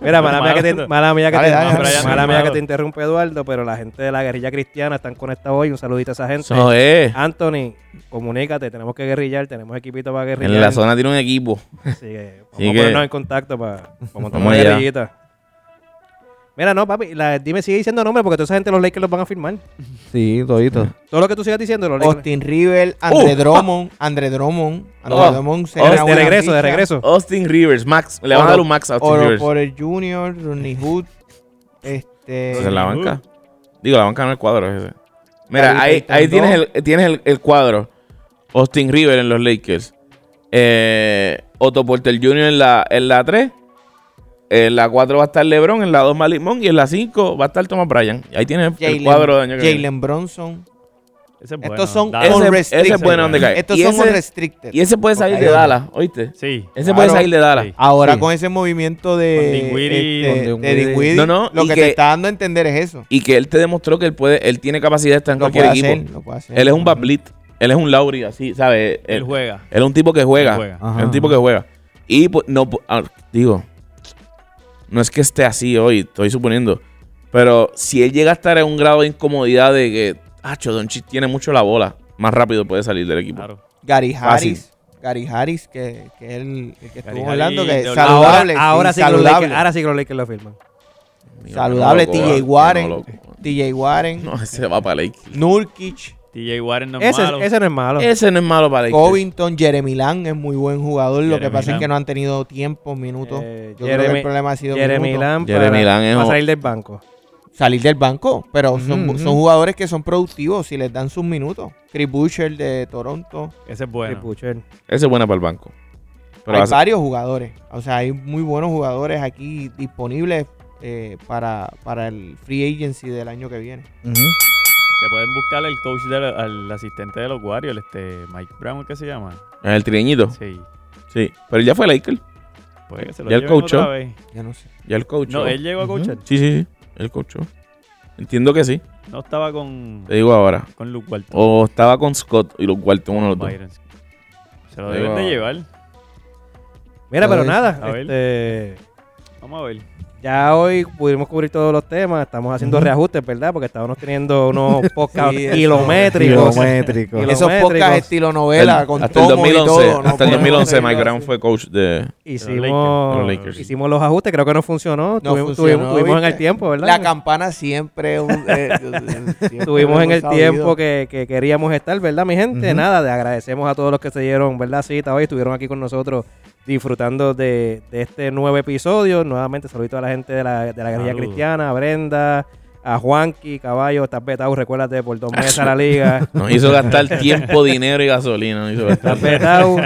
Speaker 2: Mira, mala mía que te, mala mía que
Speaker 1: Dale,
Speaker 2: te-
Speaker 1: dale, dale.
Speaker 2: mala
Speaker 5: Brian,
Speaker 2: mía que
Speaker 5: hermano.
Speaker 2: te interrumpe, Eduardo, pero la gente de la guerrilla cristiana están conectados hoy. Un saludito a esa gente.
Speaker 3: Eso es.
Speaker 2: Anthony, comunícate, tenemos que guerrillar, tenemos equipito para guerrillar.
Speaker 3: En la zona tiene un
Speaker 5: (laughs)
Speaker 3: equipo.
Speaker 2: Así que vamos
Speaker 3: Así
Speaker 2: a
Speaker 3: que-
Speaker 2: ponernos en contacto para montar
Speaker 3: Vamos
Speaker 2: una
Speaker 3: allá.
Speaker 2: guerrillita. Mira, no, papi, la- dime, sigue diciendo nombres porque toda esa gente los Lakers los van a firmar.
Speaker 4: Sí, todito.
Speaker 2: Todo lo que tú sigas diciendo, los Lakers.
Speaker 1: Austin River, Andre
Speaker 3: Uh.
Speaker 1: Drummond, Andre Drummond, Andre
Speaker 3: Oh.
Speaker 1: Drummond
Speaker 2: Oh,
Speaker 1: será
Speaker 2: de
Speaker 1: buena
Speaker 2: regreso, de
Speaker 1: ficha.
Speaker 2: regreso.
Speaker 3: Austin Rivers, Max. Le van a
Speaker 1: Oro-
Speaker 3: dar un Max a Austin
Speaker 1: Oro
Speaker 3: Rivers.
Speaker 1: Porter Jr.,
Speaker 3: (laughs)
Speaker 1: Rodney Hood,
Speaker 3: Ese es
Speaker 1: este...
Speaker 3: la banca. Digo, la banca no es el cuadro. es ese. Mira,
Speaker 1: David
Speaker 3: ahí,
Speaker 1: Payton
Speaker 3: ahí
Speaker 1: dos.
Speaker 3: tienes, el, tienes el, el cuadro. Austin River en los Lakers. Eh, Otto Porter Jr. en la, en la 3. En la 4 va a estar LeBron. En la 2 Malik Monk. Y en la 5 va a estar Thomas Bryan. Ahí tienes el
Speaker 1: Jalen-
Speaker 3: cuadro de año que viene.
Speaker 1: Jalen Bronson.
Speaker 5: Ese es
Speaker 1: Estos son
Speaker 5: Dallas.
Speaker 3: Ese-
Speaker 1: unrestricted.
Speaker 3: ese es bueno donde cae.
Speaker 1: Estos
Speaker 3: Y
Speaker 1: son
Speaker 3: ese-
Speaker 1: unrestricted.
Speaker 3: Y ese puede salir
Speaker 1: Ok.
Speaker 3: de Dallas, ¿oíste?
Speaker 5: Sí.
Speaker 3: Ese puede
Speaker 1: Claro.
Speaker 3: salir de Dallas.
Speaker 5: Sí.
Speaker 1: Ahora
Speaker 4: Sí.
Speaker 1: con ese movimiento de,
Speaker 5: Con Dinwiddie.
Speaker 1: este,
Speaker 4: Con
Speaker 1: de
Speaker 4: Dinwiddie.
Speaker 1: Dinwiddie,
Speaker 3: No, no,
Speaker 1: lo
Speaker 3: y
Speaker 1: que,
Speaker 3: que-
Speaker 1: te está dando a entender es eso.
Speaker 3: Y que él te demostró que él puede, él tiene capacidad de estar en
Speaker 1: Lo
Speaker 3: cualquier
Speaker 1: puede,
Speaker 3: equipo.
Speaker 1: hacer, lo puede hacer.
Speaker 3: Él es un Bablit, él es un Lauri, así, ¿sabes? Él,
Speaker 5: Él juega.
Speaker 3: él es un tipo que
Speaker 5: Él
Speaker 3: juega.
Speaker 5: juega.
Speaker 4: Ajá.
Speaker 3: Es un tipo que juega. Y pues, no, pu- ah, digo, no es que esté así hoy, estoy suponiendo. Pero si él llega a estar en un grado de incomodidad de que, ah, Donchis tiene mucho la bola, más rápido puede salir del equipo.
Speaker 5: Claro.
Speaker 1: Gary
Speaker 3: Fácil.
Speaker 1: Harris. Gary Harris, que, que él el que estuvo
Speaker 5: Harris
Speaker 1: hablando, que
Speaker 5: de-
Speaker 1: saludable.
Speaker 2: ahora, ahora sí que los
Speaker 1: saludable.
Speaker 2: Lakers, ahora sí que los Lakers lo firman.
Speaker 3: Mira,
Speaker 1: saludable,
Speaker 3: no,
Speaker 1: TJ
Speaker 3: loco,
Speaker 1: Warren.
Speaker 3: No, loco.
Speaker 1: TJ Warren,
Speaker 3: No, ese va para Lakers.
Speaker 1: Nurkic,
Speaker 5: TJ Warren no es
Speaker 2: Ese,
Speaker 5: malo.
Speaker 2: ese no es malo.
Speaker 3: Ese no es malo para Lakers.
Speaker 1: Covington, Jeremy Lamb es muy buen jugador. lo que
Speaker 5: Jeremy
Speaker 1: pasa es que
Speaker 5: Lamb.
Speaker 1: no han tenido tiempo, minutos.
Speaker 2: Eh,
Speaker 1: Yo creo que el
Speaker 2: Jeremy-
Speaker 1: problema ha sido
Speaker 2: Jeremy
Speaker 1: minutos.
Speaker 2: Lamb
Speaker 3: Jeremy
Speaker 2: para-
Speaker 3: Lamb es
Speaker 2: para
Speaker 3: un-
Speaker 2: salir del banco.
Speaker 1: salir del banco, pero son,
Speaker 4: Ujú, ujú.
Speaker 1: son jugadores que son productivos si les dan sus minutos. Chris Butcher de Toronto.
Speaker 5: Ese es
Speaker 2: Sí,
Speaker 5: bueno.
Speaker 2: Puchel.
Speaker 3: Ese es bueno para el banco. Pero
Speaker 1: hay
Speaker 3: hace-
Speaker 1: varios jugadores. O sea, hay muy buenos jugadores aquí disponibles eh, para, para el free agency del año que viene.
Speaker 4: Ujú.
Speaker 5: Se pueden buscar el coach, del, al asistente de los Warriors, este Mike Brown, ¿qué se llama?
Speaker 3: el triñito.
Speaker 5: Sí.
Speaker 3: Sí. Pero ya fue Laker.
Speaker 5: Puede Pues que se lo
Speaker 3: Ya él
Speaker 5: lleven otra
Speaker 3: coachó.
Speaker 5: vez.
Speaker 1: Yo no sé.
Speaker 3: Ya el coach.
Speaker 5: No, él llegó a coachar.
Speaker 3: Sí, sí, sí. El coach. Entiendo que sí.
Speaker 5: No estaba con,
Speaker 3: Te digo ahora.
Speaker 5: con Luke Walton.
Speaker 3: O estaba con Scott y los Walton uno de los dos.
Speaker 5: Byron. Se lo
Speaker 3: Ahí
Speaker 5: deben de
Speaker 3: va.
Speaker 5: llevar.
Speaker 2: Mira, pero
Speaker 4: Ay,
Speaker 2: nada.
Speaker 5: a ver.
Speaker 2: Este,
Speaker 5: Vamos a ver.
Speaker 2: ya hoy pudimos cubrir todos los temas. Estamos haciendo reajustes, ¿verdad? Porque estábamos teniendo
Speaker 5: (laughs)
Speaker 2: unos podcasts
Speaker 1: Sí, eso.
Speaker 2: kilométricos.
Speaker 4: Kilométrico.
Speaker 2: Kilométrico.
Speaker 1: Esos podcasts estilo
Speaker 3: El-
Speaker 1: novela con
Speaker 3: hasta el
Speaker 1: tomos y
Speaker 3: 2011,
Speaker 1: todo. no
Speaker 3: hasta el
Speaker 1: podemos
Speaker 3: 2011
Speaker 1: seguir
Speaker 3: Mike Brown
Speaker 1: así.
Speaker 3: fue coach de...
Speaker 2: Hicimos,
Speaker 3: Los Lakers.
Speaker 2: hicimos los ajustes, creo que no funcionó.
Speaker 1: No
Speaker 2: Tuvimos-
Speaker 1: funcionó,
Speaker 2: tuvimos, tuvimos en
Speaker 1: ¿viste?
Speaker 2: el tiempo, ¿verdad?
Speaker 1: La campana siempre. un- eh, (laughs) siempre
Speaker 2: Estuvimos en
Speaker 1: hemos
Speaker 2: el
Speaker 1: sabido.
Speaker 2: tiempo que, que queríamos estar, ¿verdad, mi gente?
Speaker 4: Ujú.
Speaker 2: Nada, le agradecemos a todos los que se dieron, ¿verdad? Cita hoy, estuvieron aquí con nosotros disfrutando de, de este nuevo episodio. Nuevamente, saludito a la gente de la, de la guerrilla
Speaker 5: Saludos.
Speaker 2: cristiana, a Brenda, a Juanqui, Caballo, estás vetado, recuérdate, por dos meses a
Speaker 1: (laughs)
Speaker 2: la liga.
Speaker 3: Nos hizo gastar tiempo, dinero y gasolina. Nos hizo (laughs) gastar.
Speaker 2: Estás vetado.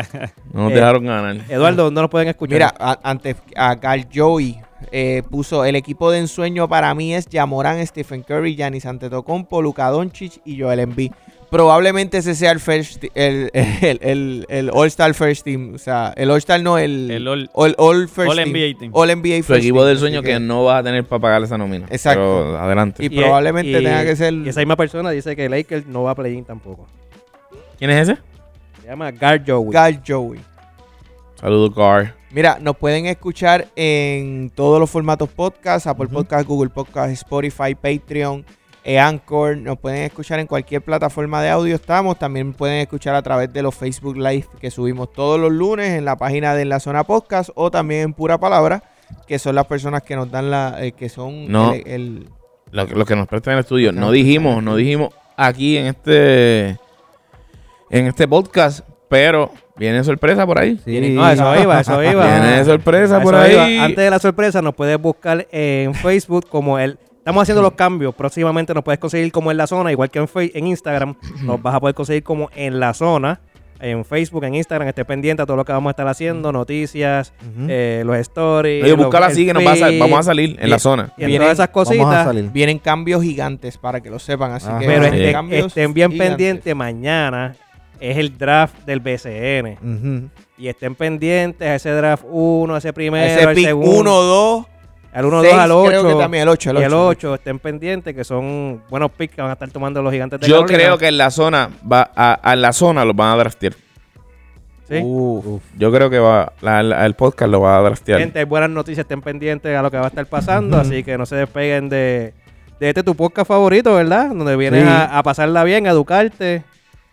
Speaker 3: No nos
Speaker 2: Eh,
Speaker 3: dejaron ganar.
Speaker 2: Eduardo, no nos pueden escuchar.
Speaker 1: Mira, a- antes a Carl Joey eh, puso el equipo de ensueño para mí es Yamoran, Stephen Curry, Giannis Antetokounmpo, Luka Doncic y Joel Embiid. Probablemente ese sea el first, el, (laughs) el, el, el All Star First Team, o sea, el All Star no el
Speaker 5: El All-
Speaker 1: All, all First
Speaker 5: All
Speaker 1: Team.
Speaker 5: NBA Team.
Speaker 1: All NBA First
Speaker 3: Su equipo
Speaker 1: Team,
Speaker 3: del
Speaker 1: así
Speaker 3: sueño Pues que
Speaker 1: que-
Speaker 3: no vas a tener para pagar esa nómina.
Speaker 1: Exacto.
Speaker 3: Pero adelante.
Speaker 1: y probablemente
Speaker 2: y-
Speaker 1: tenga que ser
Speaker 2: Y esa misma persona dice que Lakers no va a play-in tampoco.
Speaker 3: ¿Quién es ese?
Speaker 2: Se llama Gar Joey.
Speaker 1: Carl Joey.
Speaker 3: Saludos, Carr.
Speaker 1: Mira, nos pueden escuchar en todos los formatos podcast, Apple Podcast, Google Podcast, Spotify, Patreon, eh, Anchor. Nos pueden escuchar en cualquier plataforma de audio estamos. También pueden escuchar a través de los Facebook Live que subimos todos los lunes en la página de La Zona Podcast o también en Pura Palabra, que son las personas que nos dan la... eh, que son
Speaker 3: No.
Speaker 1: el- el-
Speaker 3: Lo, lo que nos prestan en el estudio. No dijimos, no dijimos aquí en este... En este podcast, pero viene sorpresa por ahí.
Speaker 4: Sí.
Speaker 2: No, eso iba, eso iba.
Speaker 3: Viene sorpresa
Speaker 2: Eso
Speaker 3: por
Speaker 2: ahí
Speaker 3: ahí.
Speaker 2: va. Antes de la sorpresa, nos puedes buscar en Facebook como el. Estamos haciendo los cambios. Próximamente nos puedes conseguir como en la zona, igual que en, Face- en Instagram. Nos vas a poder conseguir como en la zona. En Facebook, en Instagram, esté pendiente a todo lo que vamos a estar haciendo, noticias,
Speaker 4: Ujú.
Speaker 2: eh, los stories.
Speaker 3: Oye,
Speaker 2: los-
Speaker 3: búscala
Speaker 2: el
Speaker 3: así que nos va a sal-
Speaker 2: feed,
Speaker 3: vamos a salir en la zona.
Speaker 2: Y en
Speaker 1: Vienen-
Speaker 2: todas esas
Speaker 4: Vamos a
Speaker 2: cositas.
Speaker 4: salir.
Speaker 1: Vienen cambios gigantes para que lo sepan, así
Speaker 4: Ajá.
Speaker 1: que...
Speaker 2: Ah, Pero
Speaker 1: vienen
Speaker 3: Sí.
Speaker 2: estén,
Speaker 1: cambios
Speaker 2: estén bien
Speaker 1: gigantes.
Speaker 2: pendientes. Mañana es el draft del BCN.
Speaker 4: Ujú.
Speaker 2: Y estén pendientes a ese draft 1, a ese primero,
Speaker 1: Ese
Speaker 2: al
Speaker 1: pick
Speaker 2: segundo.
Speaker 1: 1, 2,
Speaker 2: al 1, 2,
Speaker 1: 6,
Speaker 2: al 8.
Speaker 1: creo que también el 8, el
Speaker 2: y el
Speaker 1: 8.
Speaker 2: 8, estén pendientes que son buenos picks que van a estar tomando los gigantes de
Speaker 3: Yo
Speaker 2: Carolina.
Speaker 3: creo que en la zona va a, a la zona los van a draftear.
Speaker 2: ¿Sí?
Speaker 1: Uf.
Speaker 3: Yo creo que va, la- la- el podcast lo va a draftear.
Speaker 2: Gente, hay buenas noticias, estén pendientes a lo que va a estar pasando, así que no se despeguen de, de este tu podcast favorito, ¿verdad? Donde vienes
Speaker 1: Sí.
Speaker 2: a, a pasarla bien, a educarte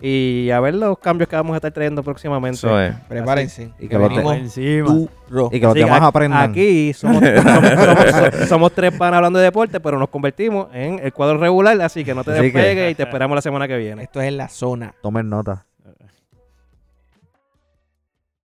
Speaker 2: y a ver los cambios que vamos a estar trayendo próximamente.
Speaker 3: Eso es.
Speaker 1: Prepárense.
Speaker 4: Y
Speaker 1: Y
Speaker 4: que
Speaker 1: que
Speaker 4: lo
Speaker 5: Por
Speaker 1: venimos
Speaker 5: encima.
Speaker 1: duro.
Speaker 4: Y que los
Speaker 2: Sí,
Speaker 4: demás
Speaker 2: a-
Speaker 4: aprendan.
Speaker 2: Aquí somos, somos- somos- somos tres panas hablando de deporte, pero nos convertimos en el cuadro regular, así que no te
Speaker 4: Así que-
Speaker 2: despegues y te esperamos la semana que viene.
Speaker 1: Esto es en la zona.
Speaker 4: Tomen nota.